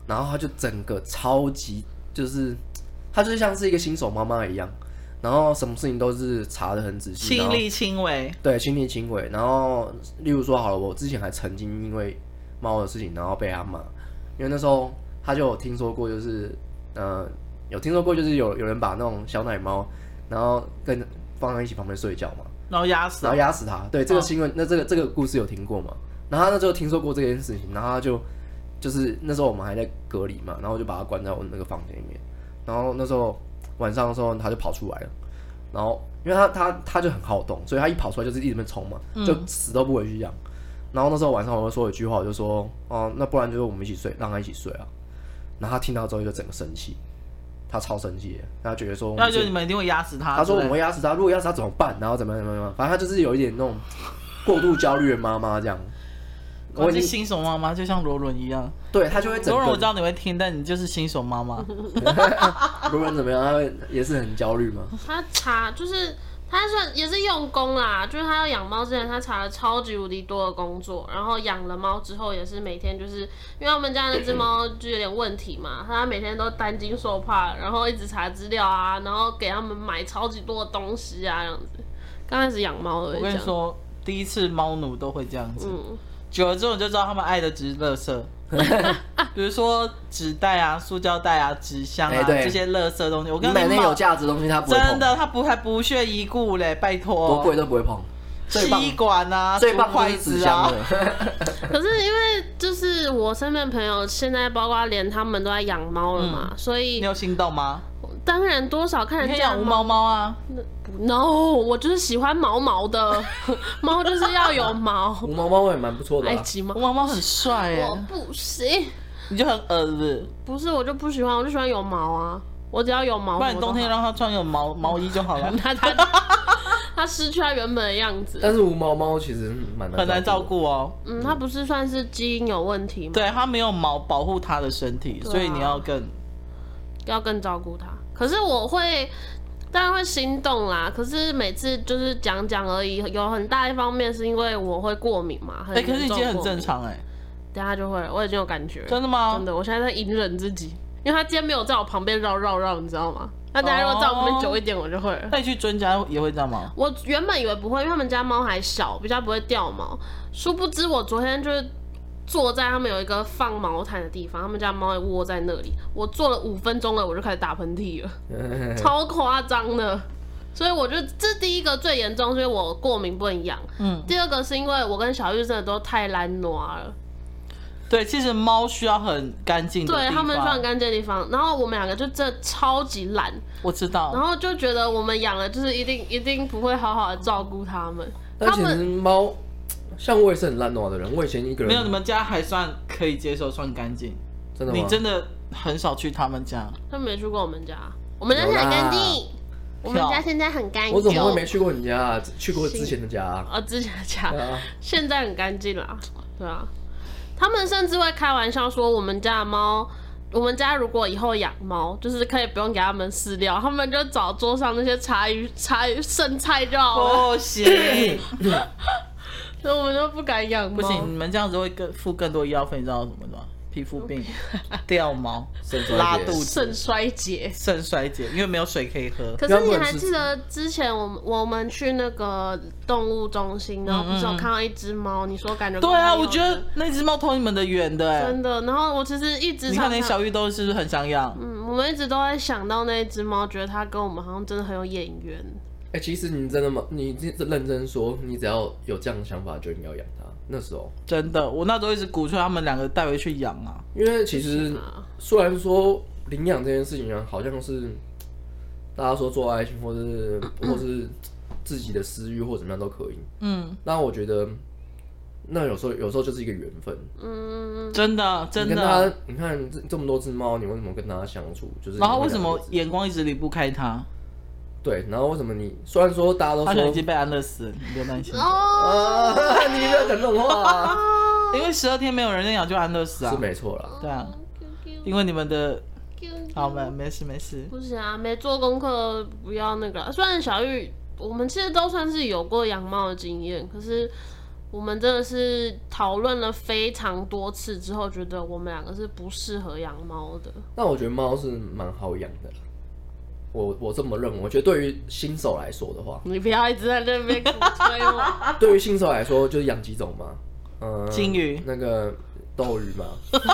B: 然后它就整个超级就是它就是像是一个新手妈妈一样，然后什么事情都是查的很仔细，然
C: 亲
B: 后
C: 力亲为。
B: 对，亲力亲为。然后，例如说好了，我之前还曾经因为猫的事情，然后被他骂，因为那时候他就有听说过，就是呃，有听说过，就是有有人把那种小奶猫，然后跟放在一起旁边睡觉嘛，
C: 然后压死
B: 然
C: 啊
B: 后！压死它。对，这个新闻，那这个这个故事有听过吗？然后他那时候听说过这件事情，然后他就就是那时候我们还在隔离嘛，然后就把它关在我那个房间里面。然后那时候晚上的时候，他就跑出来了。然后因为他他他就很好动，所以他一跑出来就是一直在冲嘛，
C: 嗯
B: 就死都不回去养。然后那时候晚上我就说一句话，我就说哦，那不然就是我们一起睡，让他一起睡啊。然后他听到之后就整个生气，他超生气的，他觉得说我们
C: 那就你们一定会压死他。
B: 他说我
C: 啊对不
B: 们
C: 对
B: 会压死他，如果压死他怎么办？然后怎么样怎么样？反正他就是有一点那种过度焦虑的妈妈这样。我
C: 我
B: 已
C: 是
B: 经
C: 新手妈妈，就像罗伦一样。
B: 对他就会整
C: 罗伦我知
B: 个
C: 道你会听，但你就是新 手妈妈。
B: 如人怎么样，他会也是很焦虑嘛。
A: 他查就是他算也是用功啦，就是他要养猫之前，他查了超级无敌多的工作，然后养了猫之后也是每天就是因为我们家那只猫就有点问题嘛， 它每天都担惊受怕，然后一直查资料啊，然后给他们买超级多的东西啊，这样子。刚开始养猫的，
C: 我跟你，说，第一次猫奴都会这样子，
A: 嗯，
C: 久了之后你就知道他们爱的只是 垃圾。比如说纸袋啊、塑胶袋啊、纸箱啊、
B: 哎对
C: 这些垃圾东西，我
B: 你
C: 跟
B: 买那
C: 猫
B: 有价值的东西，他不会
C: 真
B: 碰，
C: 的，他不还不屑一顾嘞，拜
B: 多
C: 托。
B: 贵都不会碰。最棒
C: 吸管啊，
B: 最棒
C: 竹
B: 就
C: 筷
B: 是纸
C: 子
B: 箱
C: 啊，
B: 了，
A: 可是因为就是我身边朋友现在包括连他们都在养猫了嘛，所
C: 嗯你
A: 以
C: 有心动吗？
A: 当然多少看
C: 你可
A: 人
C: 以
A: 家
C: 养无毛猫啊，
A: No，我就是喜欢毛毛 的，猫就是要有毛。
B: 无毛猫会蛮不错的
A: 埃
B: 啊。
A: 及猫
C: 无，毛猫很帅
A: 我
C: 哎，
A: 不行，
C: 你就很恶子。
A: 不是我就不喜欢，我就喜欢有毛啊，我只要有毛。
C: 不然你
A: 我都
C: 冬天
A: 好，
C: 让它穿有毛毛衣就好了
A: 它它它失去它原本的样子。
B: 但是无毛猫其实蛮
C: 很难照
B: 的。
C: 顾哦。
A: 嗯，它不是算是基因有问题吗？，
C: 对，它没有毛保护它的身体，
A: 啊
C: 所以你要更
A: 要更照顾它。可是我会。当然会心动啦，可是每次就是讲讲而已，有很大一方面是因为我会过敏嘛，很
C: 哎，可
A: 严
C: 是已
A: 重
C: 经很
A: 过
C: 正
A: 敏，
C: 常哎，
A: 等一下就会了，我已经有感觉了。
C: 真的吗
A: 真？的，我现在在隐忍自己，因为他今天没有在我旁边绕绕绕，你知道吗？他等下如果在我旁边久一点，我就会了。
C: 那你去专家也会这样吗？
A: 我原本以为不会，因为他们家猫还小，比较不会掉毛。殊不知我昨天就是坐在他们有一个放毛毯的地方，他们家猫窝在那里，我坐了五分钟了，我就开始打喷嚏了，
C: 哎
A: 超夸张的。所以我觉得这第一个最严重，是因为我过敏不能养。
C: 嗯，
A: 第二个是因为我跟小玉真的都太懒惰了，
C: 对，其实猫需要很干净的地
A: 对
C: 方，
A: 他们放干净的地方，然后我们两个就真的超级懒，
C: 我知
A: 然
C: 道，
A: 后就觉得我们养了就是一定一定不会好好的照顾它们。
B: 但
A: 他
B: 其实
A: 们
B: 猫，像我也是很懒惰的人，我以前一个人
C: 没有你们家还算可以接受，算干净。
B: 真的吗
C: 你？真的很少去他们家，
A: 他们没去过我们家，我们家现在很干净，我们家现在很干净。
B: 我怎么会没去过你家？啊？去过之前的家啊。
A: 呃，之前的家
B: 对啊
A: 现在很干净啦，对啊。他们甚至会开玩笑说，我们家的猫，我们家如果以后养猫，就是可以不用给他们饲料，他们就找桌上那些茶余茶余剩菜就好了，
C: 不行
A: 所以我们就不敢养
C: 不
A: 猫。
C: 行，你们这样子会更付更多医药费，你知道什么吗？皮肤 病、掉毛、
B: 肾衰竭
C: 拉肚子、
A: 肾衰竭。
C: 肾衰竭，因为没有水可以喝。
A: 可
B: 要
A: 是
B: 不
A: 你
B: 然
A: 还
B: 是
A: 记得之前我们我们去那个动物中心，然后不是有看到一只猫？你说感觉跟
C: 对啊，
A: 它有
C: 我觉得那只猫投你们的远的哎、
A: 真的。然后我其实一直
C: 你看
A: 想
C: 连小玉都是
A: 嗯
C: 不是很想养？
A: 嗯，我们一直都在想到那一只猫，觉得它跟我们好像真的很有眼缘。
B: 哎、其实你真的吗？你这认真说，你只要有这样的想法，就应该要养它。那时候，
C: 真的，我那时候一直鼓吹他们两个带回去养啊。
B: 因为其实
A: 啊
B: 虽然说领养这件事情啊，好像是大家说做爱心，或是或是 自己的私欲，或怎么样都可以。
C: 嗯，
B: 那我觉得，那有时候有时候就是一个缘分。
A: 嗯，
C: 真的啊真
B: 你跟
C: 的。
B: 他，你看这这么多只猫，你为什么跟它相处？就是
C: 然后
B: 你
C: 为
B: 们
C: 什
B: 两
C: 么
B: 个只
C: 眼光一直离不开他？
B: 对？然后为什么你虽然说大家都
C: 他可能已
B: 说
C: 经被安乐死了，你不要担心。
A: 哦，
B: 啊， 你不要讲这种话、啊，
C: 因为十二天没有人认养就安乐死啊
B: 是。没错啦。
C: 对啊，
A: Q
C: 因为你们的
A: Q
C: 好没没事没
B: 嗯
C: 事，
A: 不行啊，没做功课不要那个啊。虽然小玉，我们其实都算是有过养猫的经验，可是我们真的是讨论了非常多次之后，觉得我们两个是不适合养猫的。
B: 那我觉得猫是蛮好养的啦，我我这么认为。我觉得对于新手来说的话，
A: 你不要一直在那边鼓吹我，
B: 对于新手来说，就是养几种嘛，嗯、
C: 啊金鱼
B: 那个斗鱼嘛，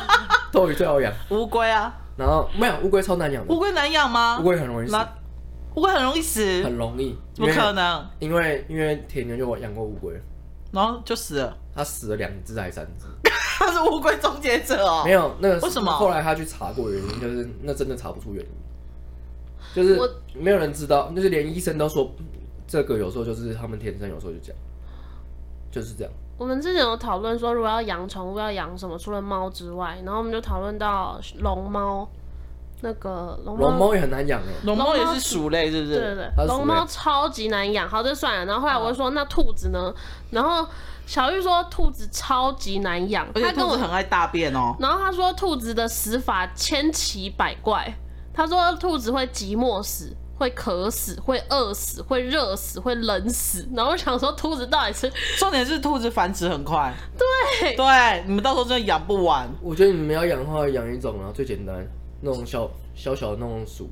B: 斗鱼最好养。
C: 乌龟啊，
B: 然后没有乌龟超难养的
C: 乌，龟难养吗？
B: 乌龟很容易死，
C: 那乌龟很容易死，
B: 很容易，
C: 怎
B: 因
C: 么
B: 为
C: 可能？
B: 因为因为铁牛就养过乌龟，
C: 然后就死了，
B: 它死了两只还是三只？
C: 他是乌龟终结者哦
B: 没。有，那个是
C: 为什么
B: 后来他去查过原因，就是那真的查不出原因，就是
A: 我
B: 没有人知道，就是连医生都说嗯这个有时候就是他们天生，有时候就这样，就是这样。
A: 我们之前有讨论说，如果要养宠物要养什么，除了猫之外，然后我们就讨论到龙猫，那个龙
B: 龙
A: 猫。
B: 猫也很难养哎，
C: 龙猫也是鼠类，是不
A: 对对
C: 是？
B: 它
A: 对，
B: 是
A: 龙
B: 鼠
A: 猫
B: 类
A: 超级难养，好，这算了。然后后来我就说，那兔子呢？然后小玉说兔子超级难养，
C: 而且
A: 他跟
C: 兔
A: 我
C: 子很爱大便哦。
A: 然后他说兔子的死法千奇百怪，他说兔子会寂寞死。会渴死，会饿死，会热死，会冷死。然后我想说，兔子到底是
C: 重点是兔子繁殖很快，对对，你们到时候真的养不完。
B: 我觉得你们要养的话，养一种啊，最简单，那种小小小的那种鼠，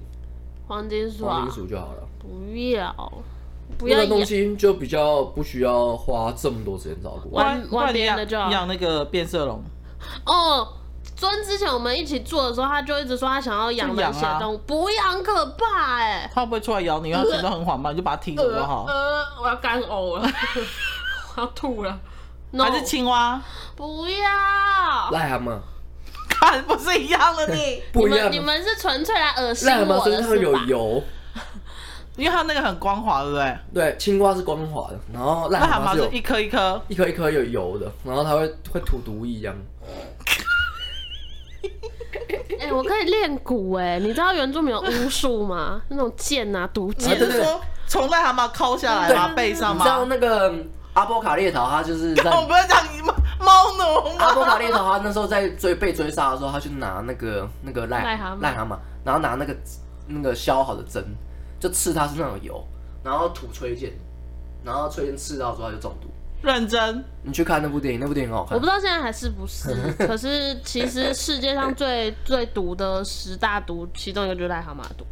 A: 黄金鼠啊
B: 黄金？鼠就好了。
A: 不要，不
B: 那
A: 要
B: 个东
A: 养。
B: 西就比较不需要花这么多时间照
A: 玩
B: 顾。
C: 不然不然
A: 玩
C: 你
A: 别人的
C: 养
A: 就好
C: 养那个变色龙，
A: 哦，昨天之前我们一起做的时候，他就一直说他想要养
C: 就
A: 冷
C: 养
A: 血
C: 啊
A: 动物，不养可怕哎、
C: 它会不会出来咬你？因为它行动很缓慢，你就把它踢走就好。
A: 呃，我要干呕了， 我要吐了。No，呃
C: 还是青蛙，
A: 不要。
B: 癞蛤蟆
C: 看不是一样的 你，
A: 你
B: 不一样
A: 们你，们是纯粹来恶心
B: 癞蛤蟆
A: 我
B: 身
A: 的
B: 上
A: 是
B: 有
A: 吧？
B: 油，
C: 因为它那个很光滑，对不对？
B: 对，青蛙是光滑的，然后癞
C: 癞蛤
B: 蛤
C: 蟆
B: 蟆是有啊
C: 是一颗一颗，
B: 一颗一颗有油的，然后它会会吐毒液一样。
A: 哎、我可以练蛊 哎、你知道原住民有巫术吗？ 那种剑啊，毒
C: 你
A: 箭
B: 对。
C: 是说从癞蛤蟆抠下来
B: 对
C: 吗？背上
B: 你知道
C: 吗？哦
B: 那个嗯阿波卡列桃，他就是在
C: 我不要讲你猫猫奴
B: 阿波
C: 吗？
B: 卡列桃，他那时候在追被追杀的时候，他去拿那个那个癞
A: 癞蛤蟆
B: 癞蛤蟆，然后拿那个那个削好的针，就刺他身上的油，然后吐吹箭，然后吹箭刺到之后他就中毒。
C: 认真，
B: 你去看那部电影，那部电影很好
A: 我
B: 看
A: 不知。道现在还是不 是，可是其实世界上最最毒的十大毒，其中一个就是癞蛤蟆毒。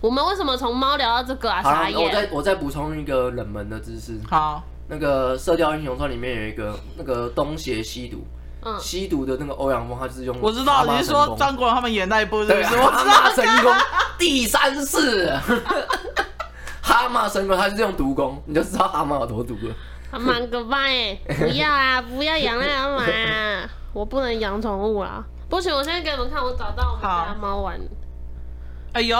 A: 我们为什么从猫聊到这个啊？
B: 好了
A: 傻，
B: 我
A: 眼！
B: 再我再补充一个冷门的知识，
C: 好，
B: 那个《射雕英雄传》里面有一个那个东邪西毒，
A: 嗯
B: 西毒的那个欧阳锋，他就是用
C: 我知道
B: 蛤蟆
C: 你是
B: 神
C: 说
B: 功
C: 张国荣他们演那一部是不
B: 对，啊
C: 是？我
B: 蛤蟆神功第三世，蛤蟆神功，它就是用毒功，你就知道蛤蟆有多毒了。
A: 还蛮可怕哎、 不要啊，不要养癞蛤蟆、啊，我不能养宠物啦。不行，我现在给你们看，我找到我们
C: 好
A: 家的猫玩，
C: 哎呦，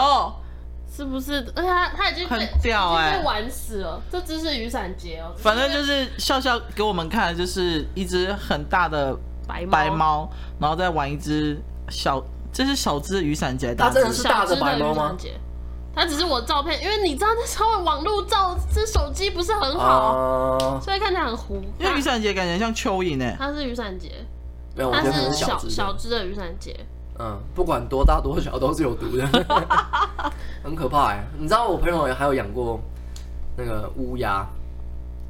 A: 是不是？而且它它已经被
C: 很屌
A: 已
C: 哎
A: 经被玩死了。这只是雨伞节哦，
C: 反正就是笑笑给我们看，的就是一只很大的
A: 白
C: 白，猫，然后再玩一只小，这是小只的雨伞节，大
B: 它真的
C: 只
B: 是
A: 小
B: 大
A: 只
B: 的
A: 的
B: 白
A: 雨
B: 猫
A: 伞
B: 吗？
A: 节。它只是我照片，因为你知道那时候网络照，这手机不是很好，
B: 啊，
A: 所以看起来很糊。
C: 哦因为雨伞哦节感觉像蚯蚓哎，
A: 它是雨伞节，
B: 没有，我
A: 它
B: 觉得
A: 是
B: 很
A: 小
B: 只
A: 小
B: 的，
A: 只的雨伞节。
B: 嗯，不管多大多小都是 有毒的，很可怕哎。你知道我朋友还有养过那个乌鸦，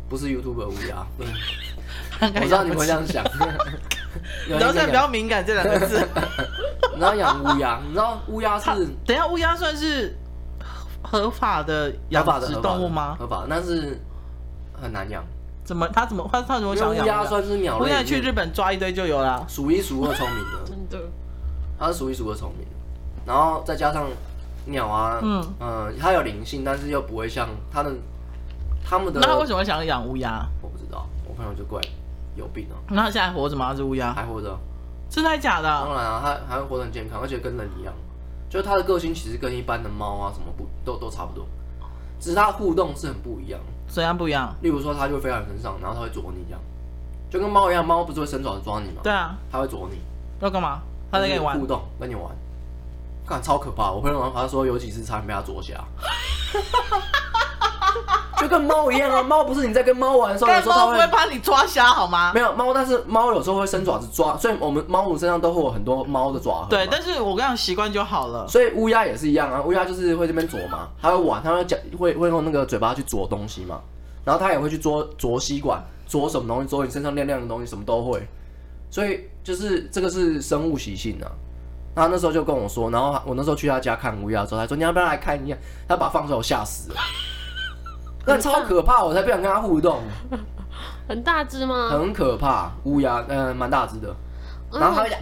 B: 不是 YouTube 的乌 鸦，
C: 我
B: 我知道你们会这样 想。有
C: 然后
B: 人
C: 现在
B: 在
C: 比
B: 养
C: 较敏感这两个 字。
B: 你知道养乌鸦，你知道乌鸦是
C: 等一下，乌鸦算是合法的养
B: 合法的
C: 殖
B: 合法的
C: 动物吗？
B: 合法，但是很难养。
C: 怎么它怎么它它怎么
B: 因
C: 想
B: 为
C: 养
B: 乌鸦算是鸟
C: 乌
B: 类
C: 鸦
B: 里
C: 去
B: 面
C: 日本抓一堆就有啦。
B: 数一数二聪明的，
A: 真的，
B: 它是数一数二聪明的。然后再加上鸟啊，嗯
C: 嗯
B: 它有灵性，但是又不会像它的它们的，
C: 那他为什么会想要养乌鸦？
B: 我不知道，我朋友就怪有病啊，
C: 那他现在活着吗？这只乌鸦
B: 还活着啊，
C: 真的还假的
B: 当
C: 啊？
B: 然啊，它还会活得很健康，而且跟人一样，啊就是它的个性其实跟一般的猫啊什么不都都差不多，只是它互动是很不一样。
C: 怎样不一样？
B: 例如说，它就会飞到你身上，然后它会啄你一样，就跟猫一样，猫不是会伸爪子抓你吗？
C: 对啊，
B: 它会啄你，
C: 要干嘛？他在跟你玩
B: 互，动，跟你玩，看超可怕。我朋友玩他说有几次差点被它啄瞎， 就跟猫一样啊，猫不是你在跟猫玩的时候，有
C: 但
B: 时候它
C: 猫不会
B: 会。
C: 把你抓瞎好吗
B: 没？有猫，但是猫有时候会伸爪子抓，所以我们猫奴身上都会有很多猫的爪痕嘛。
C: 对，但是我跟你讲，习惯就好了。
B: 所以乌鸦也是一样啊，乌鸦就是会这边啄嘛，它会玩，它会讲，会会用那个嘴巴去啄东西嘛，然后它也会去啄啄吸管，啄什么东西，啄你身上亮亮的东西，什么都会。所以就是这个是生物习性啊。他那时候就跟我说，然后我那时候去他家看乌鸦的时候，他说你要不要来看一下？他把放出来我吓 死了，那超可怕，我才不想跟他互动，
A: 嗯很大只吗？哎
B: 很可怕。乌鸦，嗯、蛮大只的，然后他
A: 嗯
B: 会讲，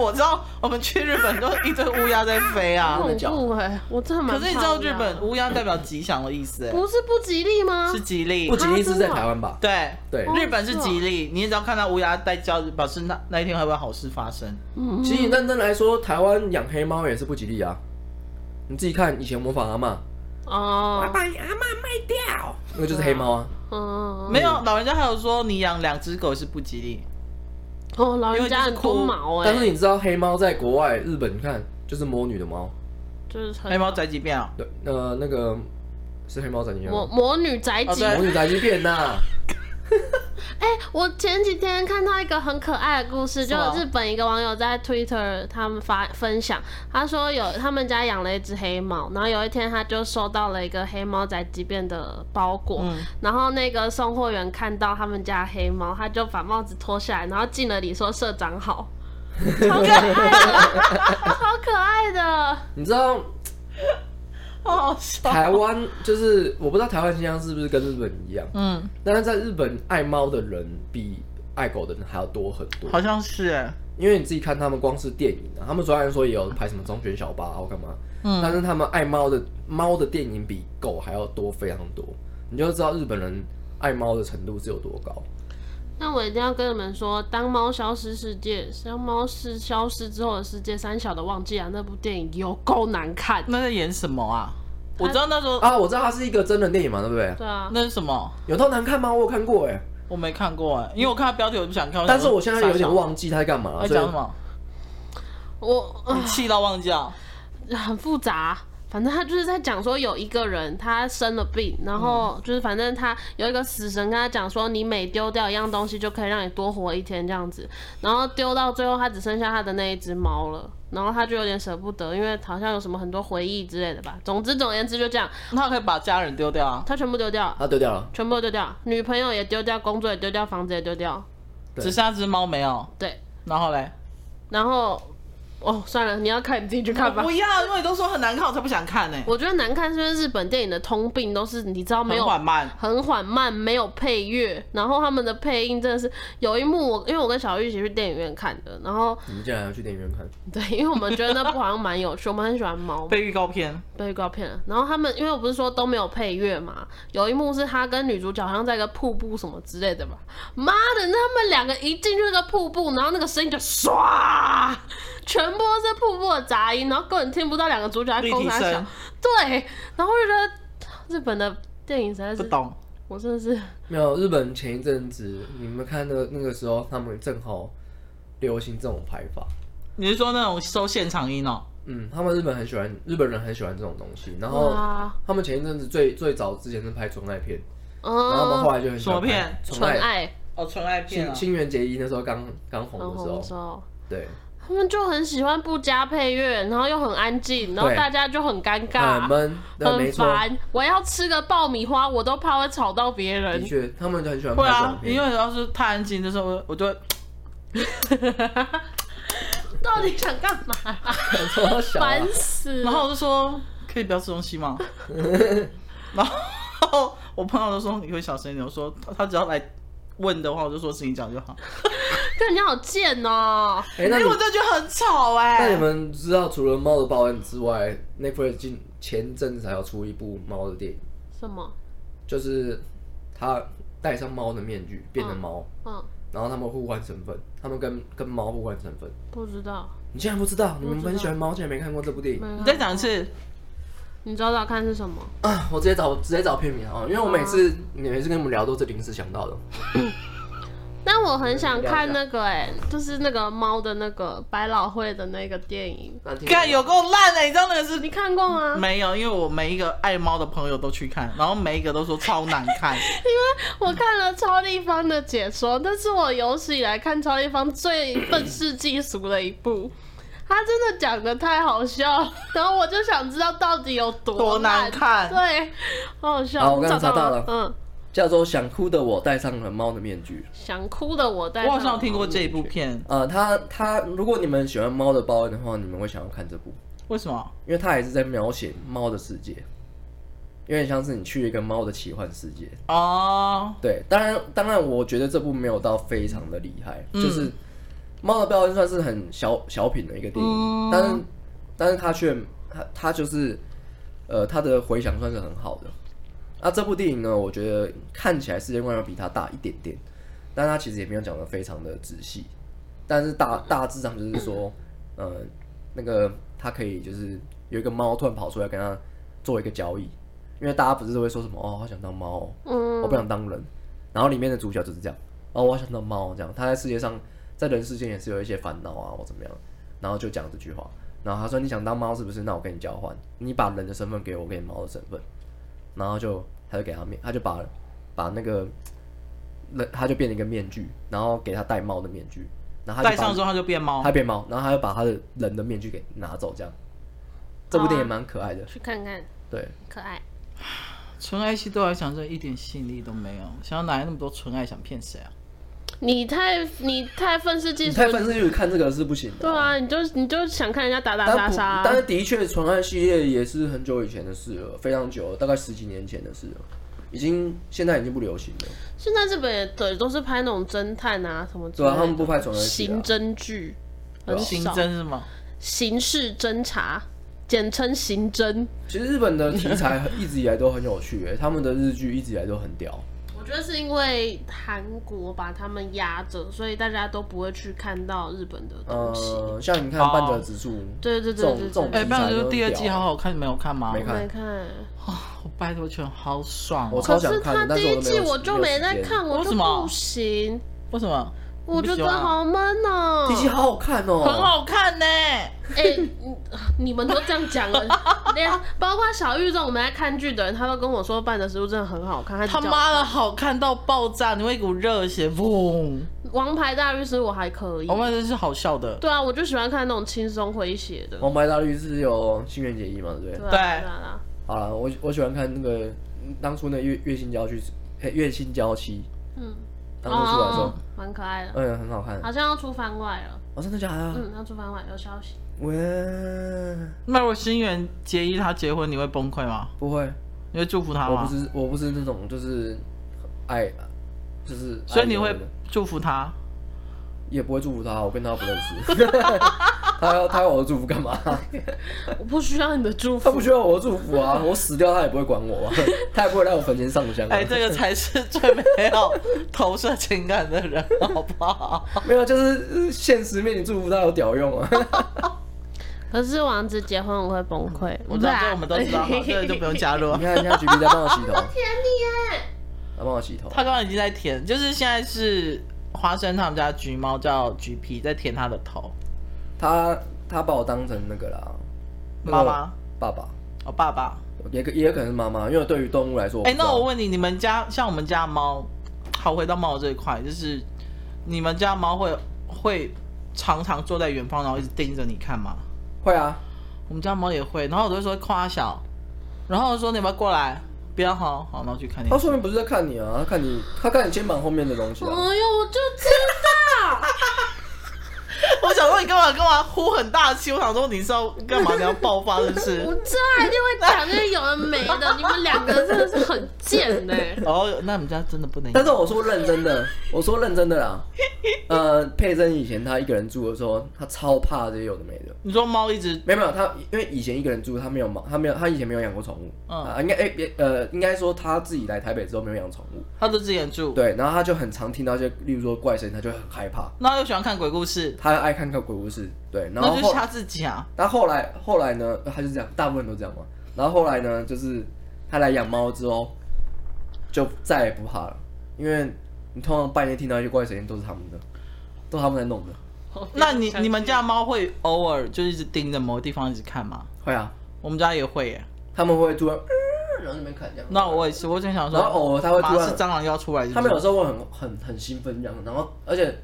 C: 我知道我们去日本都一堆乌鸦在飞 啊，
B: 真的
A: 很
B: 假的
A: 恐怖哎、我真的啊蛮
C: 可
A: 怕
C: 是你知道日
A: 乌
C: 本
A: 鸦
C: 乌鸦代表吉祥的意思、欸，
A: 不是不吉利吗
C: 是？吉利
B: 嗯不。仅仅是在台湾吧？
C: 对
B: 对
A: 啊哦
C: 日本是吉利，你只要看到乌鸦带叫，表示那那一天会不会好事发生？
A: 嗯，
B: 其实你认真来说，台湾养黑猫也是不吉利啊。你自己看以前模仿阿嬷，
A: 哦，
B: 把你阿嬷卖掉，那个就是黑猫啊。
A: 嗯，
C: 没有，老人家还有说你养两只狗是不吉利，
A: 哦，老人家很多毛哎、
B: 但是你知道黑猫在国外日本，你看就是魔女的猫，
A: 就是
B: 嗯
A: 很
C: 黑猫宅急便 啊，
B: 对，呃，那个是黑猫展现
A: 魔
B: 吗？
A: 魔女宅
C: 哦
A: 急
C: 对
B: 魔女宅急便呐，
A: 哎、我前几天看到一个很可爱的故事，
C: 什
A: 就
C: 么
A: 日本一个网友在 Twitter 他们发分享，他说有他们家养了一只黑猫，然后有一天他就收到了一个黑猫宅急便的包裹，
C: 嗯，
A: 然后那个送货员看到他们家黑猫，他就把帽子脱下来，然后敬了礼说社长 好，超可爱的，超可爱的，
B: 你知道
C: 好好笑，
B: 台湾就是我不知道台湾现象是不是跟日本一样，
C: 嗯，
B: 但是在日本爱猫的人比爱狗的人还要多很多。
C: 好像是欸，
B: 因为你自己看他们光是电影啊，他们虽然说也有拍什么忠犬小八啊或干嘛，但
C: 嗯，
B: 是他们爱猫的猫的电影比狗还要多非常多，你就知道日本人爱猫的程度是有多高。
A: 那我一定要跟你们说，当猫消失世界，当猫是消失之后的世界，三小的忘记啊，那部电影有够难看。
C: 那在演什么啊？我知道那时候
B: 啊，我知道它是一个真人电影嘛，对不对？
A: 对啊，
C: 那是什么，
B: 有到难看吗？我有看过哎、
C: 我没看过欸，因为我看到标题我就不想看，
B: 但
C: 想
B: 是
C: 说
B: 我现在有
C: 傻小
B: 点忘记它在干嘛
C: 在
B: 了，所
C: 讲
B: 以
C: 什么，
A: 我、
C: 你气到忘记了。
A: 呃、很复杂。反正他就是在讲说，有一个人他生了病，然后就是反正他有一个死神跟他讲说，你每丢掉一样东西就可以让你多活一天这样子。然后丢到最后，他只剩下他的那一只猫了，然后他就有点舍不得，因为好像有什么很多回忆之类的吧。总之，总而言之就这样，
C: 那可以把家人丢掉啊，
A: 他全部丢掉，
B: 它丢掉了。
A: 全部都丢掉，女朋友也丢掉，工作也丢掉，房子也丢掉，
B: 对
C: 只剩下只猫没有，
A: 对，
C: 然后嘞，
A: 然后哦，算了，你要看你自己去看吧
C: 不。要，因为你都说很难看，我才不想看呢、
A: 我觉得难看是因为日本电影的通病都是你知道没
C: 很
A: 有
C: 缓慢，
A: 很缓慢，没有配乐，然后他们的配音真的是有一幕我因为我跟小玉一起去电影院看的，然后
B: 你们竟然要去电影院看？
A: 对，因为我们觉得那部好像蛮有趣，我们很喜欢猫
C: 被预告片，
A: 被预告片了，然后他们因为我不是说都没有配乐嘛，有一幕是他跟女主角好像在一个瀑布什么之类的吧，妈的，那他们两个一进去那个瀑布，然后那个声音就唰，全部都是瀑布的杂音，然后根本听不到两个主角在
C: 立
A: 攻
C: 体
A: 啥小
C: 声，，
A: 对，然后我就觉得日本的电影实在
C: 不
A: 是，
C: 懂，
A: 我真的是
B: 没有，日本前一阵子你们看那个那个时候，他们正好流行这种拍法。
C: 你是说那种收现场音哦、
B: 嗯，他们日本很喜欢，日本人很喜欢这种东西。然后
A: 哇，
B: 他们前一阵子最最早之前是拍纯爱片，然后他们
A: 嗯，
B: 后来就很喜欢
C: 什么片
B: 拍
A: 纯
B: 爱
A: 嗯爱，
C: 哦，纯爱
B: 新新垣结衣那时候刚刚红
A: 很
B: 的时
A: 红
B: 候
A: 的，时候。
B: 对，
A: 他们就很喜欢不加配乐，然后又很安静，然后
B: 对
A: 大家就很尴尬，
B: 很闷，对，没
A: 很
B: 错，
A: 烦，我要吃个爆米花，我都怕会吵到别
B: 的
A: 人。
B: 确，他们就很喜欢拍
C: 会
B: 这
C: 啊
B: 种，
C: 因
B: 片。
C: 为要是太安静的时候，我我就会
A: 到底想干嘛？
B: 我小啊
A: 烦死！
C: 然后我就说可以不要吃东西吗？ 然后我朋友就说你会小声一点，我说他他只要来问的话，我就说事情讲就好。
A: 看你好贱哦、
B: 哎、
C: 因
B: 那你
C: 为我这句很吵哎、
B: 那你们知道除了《猫的报恩》之外，Netflix 近前阵子还要出一部猫的电影，
A: 什么？
B: 就是它戴上猫的面具变成猫，
A: 嗯，
B: 然后他们互换身份，他们跟跟猫互换身份。
A: 不知道。
B: 你竟然不知道？你
A: 道
B: 们很喜欢猫，竟然没看过这部电影
A: 没
C: 你
A: 看
C: 再讲一次，
A: 你找找看是什么？
B: 啊！我直接找直接找片名啊，因为我每次、你每次跟你们聊都是临时想到的。
A: 但我很想看那个、哎，就是那个猫的那个百老汇的那个电影，
B: 那听
C: 看有够烂的，你知道那个
A: 你
C: 是
A: 看过吗？
C: 没有？因为我每一个爱猫的朋友都去看，然后每一个都说超难看。
A: 我看了超立方的解说，那是我有史以来看超立方最愤世嫉俗的一部。他真的讲的太好笑 了，然后我就想知道到底有多
C: 多难
A: 烂
C: 看
A: 对，好好笑。
B: 好我刚刚
A: 你找
B: 查到
A: 吗
B: 了
A: 嗯，
B: 叫做《想哭的我戴上了猫的面具》。
A: 想哭的我戴
C: 我
A: 上。
C: 好像有听过这一部片，
B: 呃，它它如果你们喜欢猫的报恩的话，你们会想要看这部，
C: 为什么？
B: 因为它也是在描写猫的世界，有点像是你去一个猫的奇幻世界。
C: 哦，
B: 对，当然，当然，我觉得这部没有到非常的厉害，
C: 嗯
B: 就是《猫的标恩》算是很小小品的一个电影，
C: 嗯
B: 但是，但是它却它它就是，呃，它的回响算是很好的。那、这部电影呢，我觉得看起来世界观要比它大一点点，但它其实也没有讲的非常的仔细，但是大大致上就是说，呃，那个它可以就是有一个猫突然跑出来跟它做一个交易，因为大家不是都会说什么哦，好想当猫、哦。
A: 嗯，
B: 我不想当人。然后里面的主角就是这样，哦，我想当猫这样。他在世界上，在人世间也是有一些烦恼啊，我怎么样？然后就讲这句话。然后他说：“你想当猫是不是？那我跟你交换，你把人的身份给我，我给你猫的身份。”然后就他就给他面，他就把把那个人，他就变成一个面具，然后给他戴猫的面具，然后他
C: 戴
B: 就把
C: 上之后它就变猫。
B: 他变猫，然后他就把他的人的面具给拿走，这样。这部电
A: 啊
B: 影蛮可爱的，
A: 去看看，
B: 对，
A: 可爱。
C: 纯爱系对我来讲，这一点吸引力都没有。想要哪来那么多纯爱？想骗谁 啊？
A: 你太你太愤世
B: 你
A: 嫉俗
B: 太，愤世嫉俗看这个是不行的。
A: 对啊，你就你就想看人家打打
B: 但
A: 杀
B: 不
A: 杀啊，
B: 但是的确，纯爱系列也是很久以前的事了，非常久了，大概十几年前的事了，已经现在已经不流行了。
A: 现在日本也对都是拍那种侦探啊什么之
B: 对
A: 类
B: 啊，
A: 的，
B: 他们不拍纯爱系啊
A: 刑
B: 了。
A: 侦剧，很
C: 刑
A: 少
C: 侦是吗？
A: 刑事侦查，简称刑侦。
B: 其实日本的题材一直以来都很有趣、欸，他们的日剧一直以来都很屌。
A: 我觉得是因为韩国把他们压着，所以大家都不会去看到日本的东西。
B: 呃，像你看
C: 哦
B: 《半泽直树》
A: 对对
B: 这
A: 对
B: 种
A: 对
B: 这种
A: 对，
C: 哎、
B: 题
C: 半
B: 材
C: 泽
B: 都
C: 第二
B: 很
C: 季
B: 屌
C: 好好看，你们有看吗？
B: 没看
A: 没看。
C: 我拜托拳好 爽、
B: 我
C: 哦！
B: 超
A: 可
B: 想
A: 是
B: 看的
A: 他
B: 但是
A: 第一
B: 我都
A: 季我就
B: 没有
A: 没
B: 时间
A: 在看，我
C: 为
A: 就
C: 什么
A: 不行，
C: 为什么？
A: 我
C: 你
A: 觉
C: 不喜
A: 得
C: 欢啊
A: 好闷哦、
B: 第七好好看哦、
C: 很好看呢、
A: 哎、嗯你 们都这样讲了， 连包括小玉这种我们在看剧的人，他都跟我说《半的食物》真的很好看。他
C: 他
A: 叫
C: 妈的好看到爆炸，你会一股热血，嗡！
A: 王牌大律师》我还可以
C: 我，们真是好笑的。
A: 对啊，我就喜欢看那种轻松诙谐的。
B: 王牌大律师有新垣结衣嘛，对不
A: 对
B: 对？
A: 啊
C: 对
A: 对啊
B: 好了，我我喜欢看那个嗯当初那月月薪娇妻，欸月薪娇妻，
A: 嗯，
B: 当初出来的时候
A: 哦，蛮可爱的，
B: 嗯，很好看。
A: 好像要出番外了，
B: 哦，真的假的？
A: 嗯，要出番外有消息。
B: 喂，
C: 那如果新垣结衣她结婚，你会崩溃吗？
B: 不会，
C: 你会祝福她
B: 我
C: 吗
B: 不？是我不是那种就是爱，就是爱
C: 所以你
B: 人
C: 会
B: 的
C: 祝福她？
B: 也不会祝福他，我跟他不认识， 他要他要我的祝福干嘛？
A: 我不需要你的祝
B: 他不
A: 福，
B: 需要我的祝福啊，我死掉他也不会管我啊，他也不会来我坟前上香、啊。
C: 哎、这个才是最没有投射情感的人，好不好？
B: 没有，就是呃现实面你祝福他有屌用啊？
A: 可是王子结婚我会崩溃。啊
C: 我知道，这我们都知 道，好这个就不用加入
B: 你。看，你看，橘皮在帮我洗头，他
A: 甜你耶！
B: 帮我洗头。
C: 他刚刚已经在舔，就是现在是花生他们家的橘猫叫橘皮在舔他的头，
B: 他他把我当成那个啦，那
C: 妈
B: 个
C: 妈，
B: 爸爸，
C: 哦爸爸。
B: 也可也有可能是妈妈，因为对于动物来说，
C: 哎、
B: 不知
C: 那
B: 道
C: 我问你，你们家像我们家猫，好回到猫这一块，就是你们家猫会会常常坐在远方，然后一直盯着你看吗？
B: 会啊，
C: 我们家猫也会，然后我都会说夸小，然后说你们过来，不要好好，然后去看你
B: 他。说明不是在看你啊，他看你，
A: 哎嗯
B: 他看你肩膀后面的东西啊。
A: 哎呦，我就知道，
C: 我想说后你干嘛干嘛呼很大气？我想说你是要干嘛？你要爆发是
A: 我
C: 不 是？
A: 这一定会讲这些有的没的，你们两个真的是很贱呢、欸
C: 哦，那我们家真的不能。
B: 但是我说认真的，我说认真的啦。呃，佩珍以前她一个人住的时候，她超怕这些有的没的。
C: 你说猫一直
B: 没有没有，她因为以前一个人住，她没有猫，她没有，她以前没有养过宠物。
C: 嗯
B: 啊，应该哎别呃，应该说她自己来台北之后没有养宠物。
C: 它都自己人住，
B: 对，然后她就很常听到一些，例如说怪声，她就会很害怕。
C: 那又喜欢看鬼故事，
B: 她爱看看鬼故事，对，然后
C: 那就
B: 后
C: 是他自己 啊。
B: 但后来后来呢，他就这样，大部分都这样嘛。然后后来呢，就是他来养猫之后，就再也不怕了，因为你通常半夜听到一些怪声音都是他们的，都是他们在弄的。
C: 那你你们家的猫会偶尔就一直盯着某个地方一直看吗？
B: 会啊，
C: 我们家也会耶。
B: 他们会突然，呃然后那边看这样。
C: 那我也是，我正想说，
B: 然后偶尔它会
C: 马
B: 突然
C: 是蟑螂要出来是不
B: 他
C: 是，
B: 们有时候会很很很兴奋这样，然后而且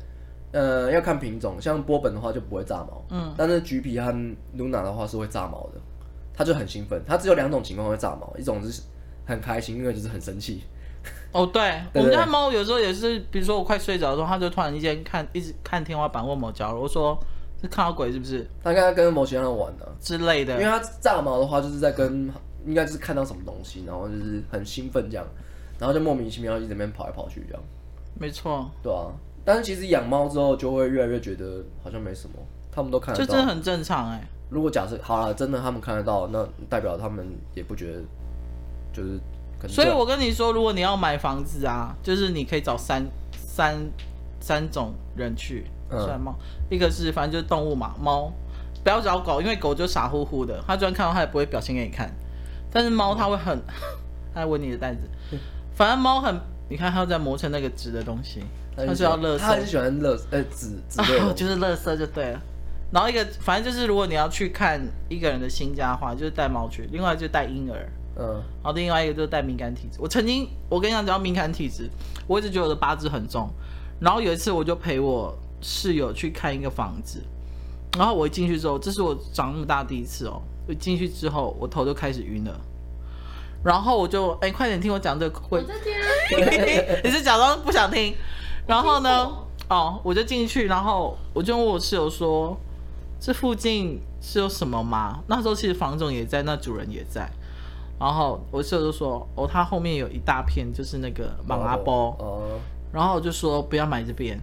B: 呃要看品种，像波本的话就不会炸毛，嗯，但是橘皮和露娜的话是会炸毛的，它就很兴奋，它只有两种情况会炸毛，一种是很开心，因为就是很生气，
C: 哦，对，
B: 对
C: 我们家猫有时候也是，比如说我快睡着的时候，它就突然之间看一直看天花板或某角落，我说是看到鬼是不是
B: 他刚刚跟某些人玩的、
C: 之类
B: 因为
C: 的。
B: 他炸毛的话，就是在跟应该就是看到什么东西，然后就是很兴奋这样，然后就莫名其妙一直在那边跑来跑去这样，
C: 没错，
B: 对啊。但是其实养猫之后，就会越来越觉得好像没什么，他们都看
C: 这
B: 得
C: 真的
B: 到。
C: 很正常哎、
B: 如果假设好了，真的他们看得到，那代表他们也不觉得就是可能就。
C: 所以我跟你说，如果你要买房子啊，就是你可以找三三三种人去
B: 嗯
C: 算猫，一个是反正就是动物嘛，猫，不要找狗，因为狗就傻乎乎的，它就算看到它也不会表现给你看。但是猫它会很， 它会闻你的袋子，反正猫很，你看它在磨成那个直的东西，
B: 他
C: 它是
B: 很喜
C: 要
B: 欢
C: 乐
B: 他很喜欢乐呃纸 纸类
C: 啊，
B: 的，
C: 就是垃圾就对了。然后一个，反正就是如果你要去看一个人的新家的话，就是带猫去；，另外就是带婴儿，
B: 嗯，
C: 然后另外一个就是带敏感体质。我曾经，我跟你讲，只要敏感体质，我一直觉得我的八字很重。然后有一次，我就陪我室友去看一个房子，然后我一进去之后，这是我长那么大第一次哦。我进去之后，我头就开始晕了，然后我就哎，快点听我讲这个
A: 我
C: 会
A: 这天
C: 你是假装不想听。然后
A: 我
C: 呢
A: 听过，
C: 哦，我就进去，然后我就问我室友说，这附近是有什么吗？那时候其实房总也在，那主人也在。然后我室友就说，哦，他后面有一大片就是那个芒阿波。
B: 哦，
C: 然后我就说不要买这边，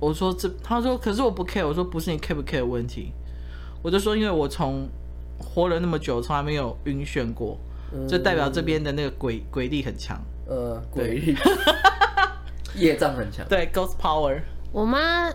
C: 我说这，他说可是我不 care，我说不是你 care 不 care 的问题，我就说因为我从活了那么久，从来没有晕眩过，
B: 嗯
C: 就代表这边的那个鬼鬼力很强。
B: 呃，鬼 力，业障很强
C: 对，Ghost Power。
A: 我妈，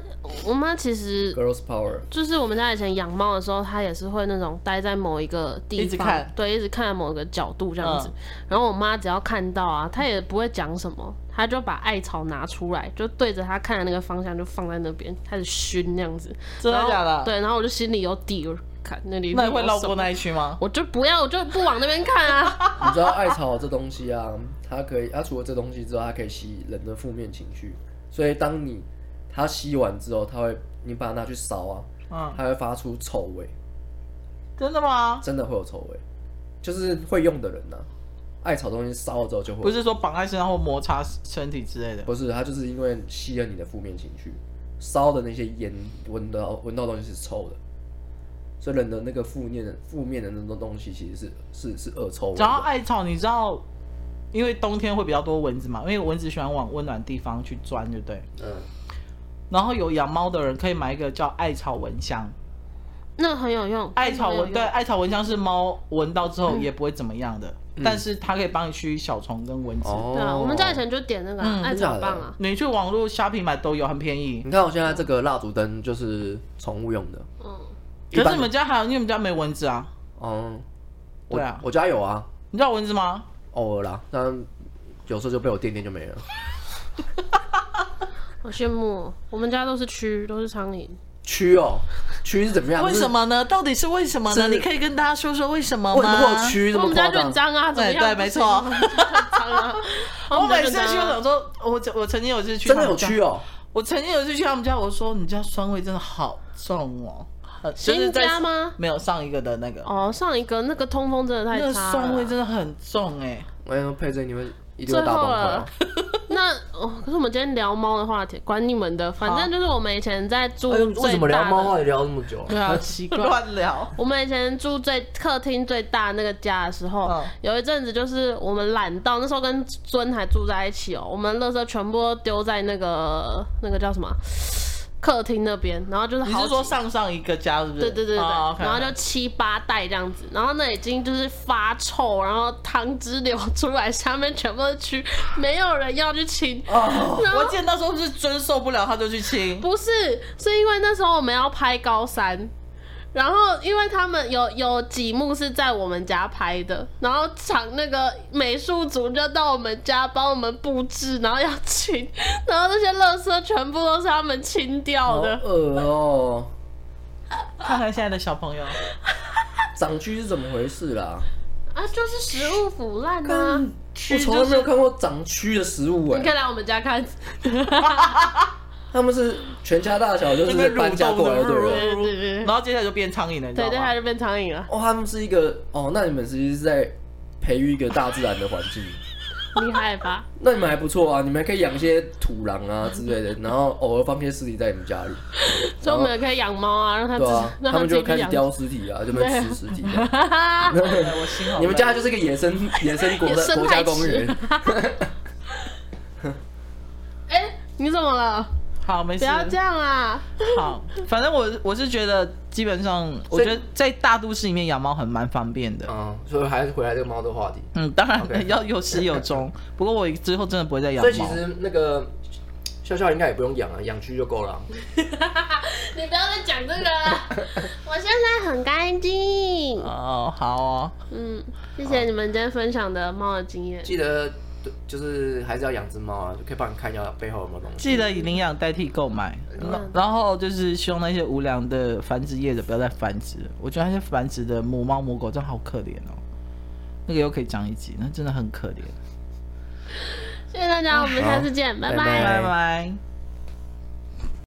A: 我妈其实
B: ，girls power，
A: 就是我们家以前养猫的时候，它也是会那种待在某一个地方，
C: 一直看
A: 对，一直看某个角度这样子。
C: 嗯
A: 然后我妈只要看到啊，她也不会讲什么，她就把艾草拿出来，就对着她看的那个方向就放在那边开始熏那样子。
C: 真的
A: 然后
C: 假的
A: 对，然后我就心里有底，我就看那里
C: 那
A: 面
C: 你会
A: 有
C: 绕
A: 什
C: 过
A: 么
C: 那一区吗？
A: 我就不要，我就不往那边看 啊。
B: 你知道艾草这东西啊，它可以，它除了这东西之后，它可以吸人的负面情绪。所以当你它吸完之后，它会，你把它拿去烧啊，
C: 嗯，
B: 它会发出臭味，
C: 真的吗？
B: 真的会有臭味，就是会用的人呐、艾草东西烧了之后就会，
C: 不是说绑在身上或摩擦身体之类的。
B: 不是，它就是因为吸了你的负面情绪，烧的那些烟闻到闻到的东西是臭的，所以人的那个负面的负面的那种东西其实是是是恶臭味的
C: 然后艾草，你知道，因为冬天会比较多蚊子嘛，因为蚊子喜欢往温暖地方去钻，对不对？
B: 嗯，
C: 然后有养猫的人可以买一个叫艾草蚊香，
A: 那很嗯有嗯用，
C: 艾草
A: 文
C: 蚊对，啊艾草蚊香是猫闻到之后也不会怎么样的，
A: 嗯
C: 但是它可以帮你驱小虫跟蚊子。
B: 哦，
A: 对啊，我们家以前就点那个啊
C: 嗯
A: 艾草棒
B: 真的假
A: 啊，
C: 你去网络虾皮买都有，很便宜。
B: 你看我现在这个蜡烛灯就是宠物用的，
A: 嗯，
B: 一
C: 可是
B: 般
C: 你们家还有，因为你们家没蚊子啊？
B: 嗯，我
C: 对啊
B: 我家有啊，
C: 你知道蚊子吗？
B: 偶尔啦，但有时候就被我电电就没了。
A: 好羡慕哦。我们家都是蛆，都是苍蝇。
B: 蛆哦，蛆是怎么样？
C: 为什么呢？到底是为什么呢？
B: 是
C: 你可以跟大家说说为什么
B: 就是？为什
C: 吗？
B: 么会有蛆这
A: 我
B: 么
A: 们家
B: 夸
A: 就很
B: 张？
A: 脏啊，怎么
C: 对
A: 样？
C: 对，没错。我
A: 啊我每
C: 每次
A: 次
C: 去，
A: 去
C: 我想说，我曾我曾经有一次去
B: 真的
C: 他
B: 有
C: 们家
B: 蛆哦，
C: 我曾经有一次去他们家，我说你家酸味真的好重哦，呃就是
A: 新
C: 在
A: 家吗？
C: 没有上一个的那个，
A: 哦，上一个那个通风真的
C: 那
A: 太
C: 个
A: 差
C: 酸味
A: 了
C: 真。的很重哎、
B: 我跟你说，佩珍你们一定会大崩溃哦。
A: 那哦，可是我们今天聊猫的话题，管你们的，反正就是我们以前在住
B: 哎呦为
A: 最
B: 什么聊
A: 大
B: 猫话
A: 的，
B: 题聊那么久啊？
A: 对 啊
C: 好，奇怪，乱聊。
A: 我们以前住最客厅最大那个家的时候，
C: 嗯
A: 有一阵子就是我们懒到那时候跟尊还住在一起哦，我们垃圾全部都丢在那个那个叫什么啊客厅那边，然后就是
C: 你
A: 好
C: 是说
A: 几
C: 上上一个家是不是？
A: 对对对对对
C: 哦，OK，OK
A: 然后就七八袋这样子，然后那已经就是发臭，然后汤汁流出来，下面全部都是蛆，没有人要去清。
C: 哦，我记得那时候是真受不了，他就 去亲。
A: 不是，是因为那时候我们要拍高三，然后因为他们有有几幕是在我们家拍的，然后场那个美术组就到我们家帮我们布置，然后要清，然后那些垃圾全部都是他们清掉
B: 好
A: 的。
B: 恶哦、
C: 看看现在的小朋友，
B: 长蛆是怎么回事啦？
A: 啊，就是食物腐烂啊！
B: 干我从来没有看过长蛆的食物哎、
A: 你可以来我们家看，
B: 他们是全家大小就
C: 那个
B: 是
C: 蠕
B: 搬家
C: 动
B: 过来
C: 的
B: 就对了。
A: 对对对
C: 然后接下来就变苍蝇了，你知
A: 对，
C: 道
A: 对，它
C: 吗？
A: 就变苍蝇了。啊
B: 哦，他们是一个哦，那你们其实是在培育一个大自然的环境，
A: 厉害吧？
B: 那你们还不错啊，你们还可以养一些土狼啊之类 的，然后偶尔放些尸体在你们家里，
A: 所以我们也可以养猫啊，让它自
B: 对啊，
A: 让
B: 他
A: 它
B: 们
A: 自己
B: 就
A: 去
B: 开始
A: 养。
B: 叼尸体啊，就没吃尸 体啊。
C: 对我心好累。
B: 你们家就是一个野生 野 生国
A: 野生
B: 的国
A: 态池
B: 家公园，
A: 哎、你怎么了？
C: 好没
A: 不
C: 事，
A: 要这样啊！
C: 好，反正我我是觉得，基本上我
B: 所以
C: 觉得在大都市里面养猫很蛮方便的。
B: 嗯，所以还是回来这个猫的话题。
C: 嗯，当然
B: OK
C: 要有始有 终。不过我之后真的不会再养
B: 所以其
C: 猫。
B: 实那个笑笑应该也不用养啊，养蛆就够了啊。
A: 你不要再讲这个了，我现在很干净。
C: 哦，好哦，
A: 嗯，谢谢你们今天分享的猫的经验。
B: 记得就是还是要养只猫啊，就可以帮你看一下背后有没有东西。
C: 记得以领养代替购买，然后就是希望那些无良的繁殖业者不要再繁殖了。我觉得那些繁殖的母猫母狗真的好可怜哦。那个又可以讲一集，那真的很可怜。
A: 谢谢大家，我们下次见，拜
B: 拜
A: 拜
B: 拜。
C: 拜拜。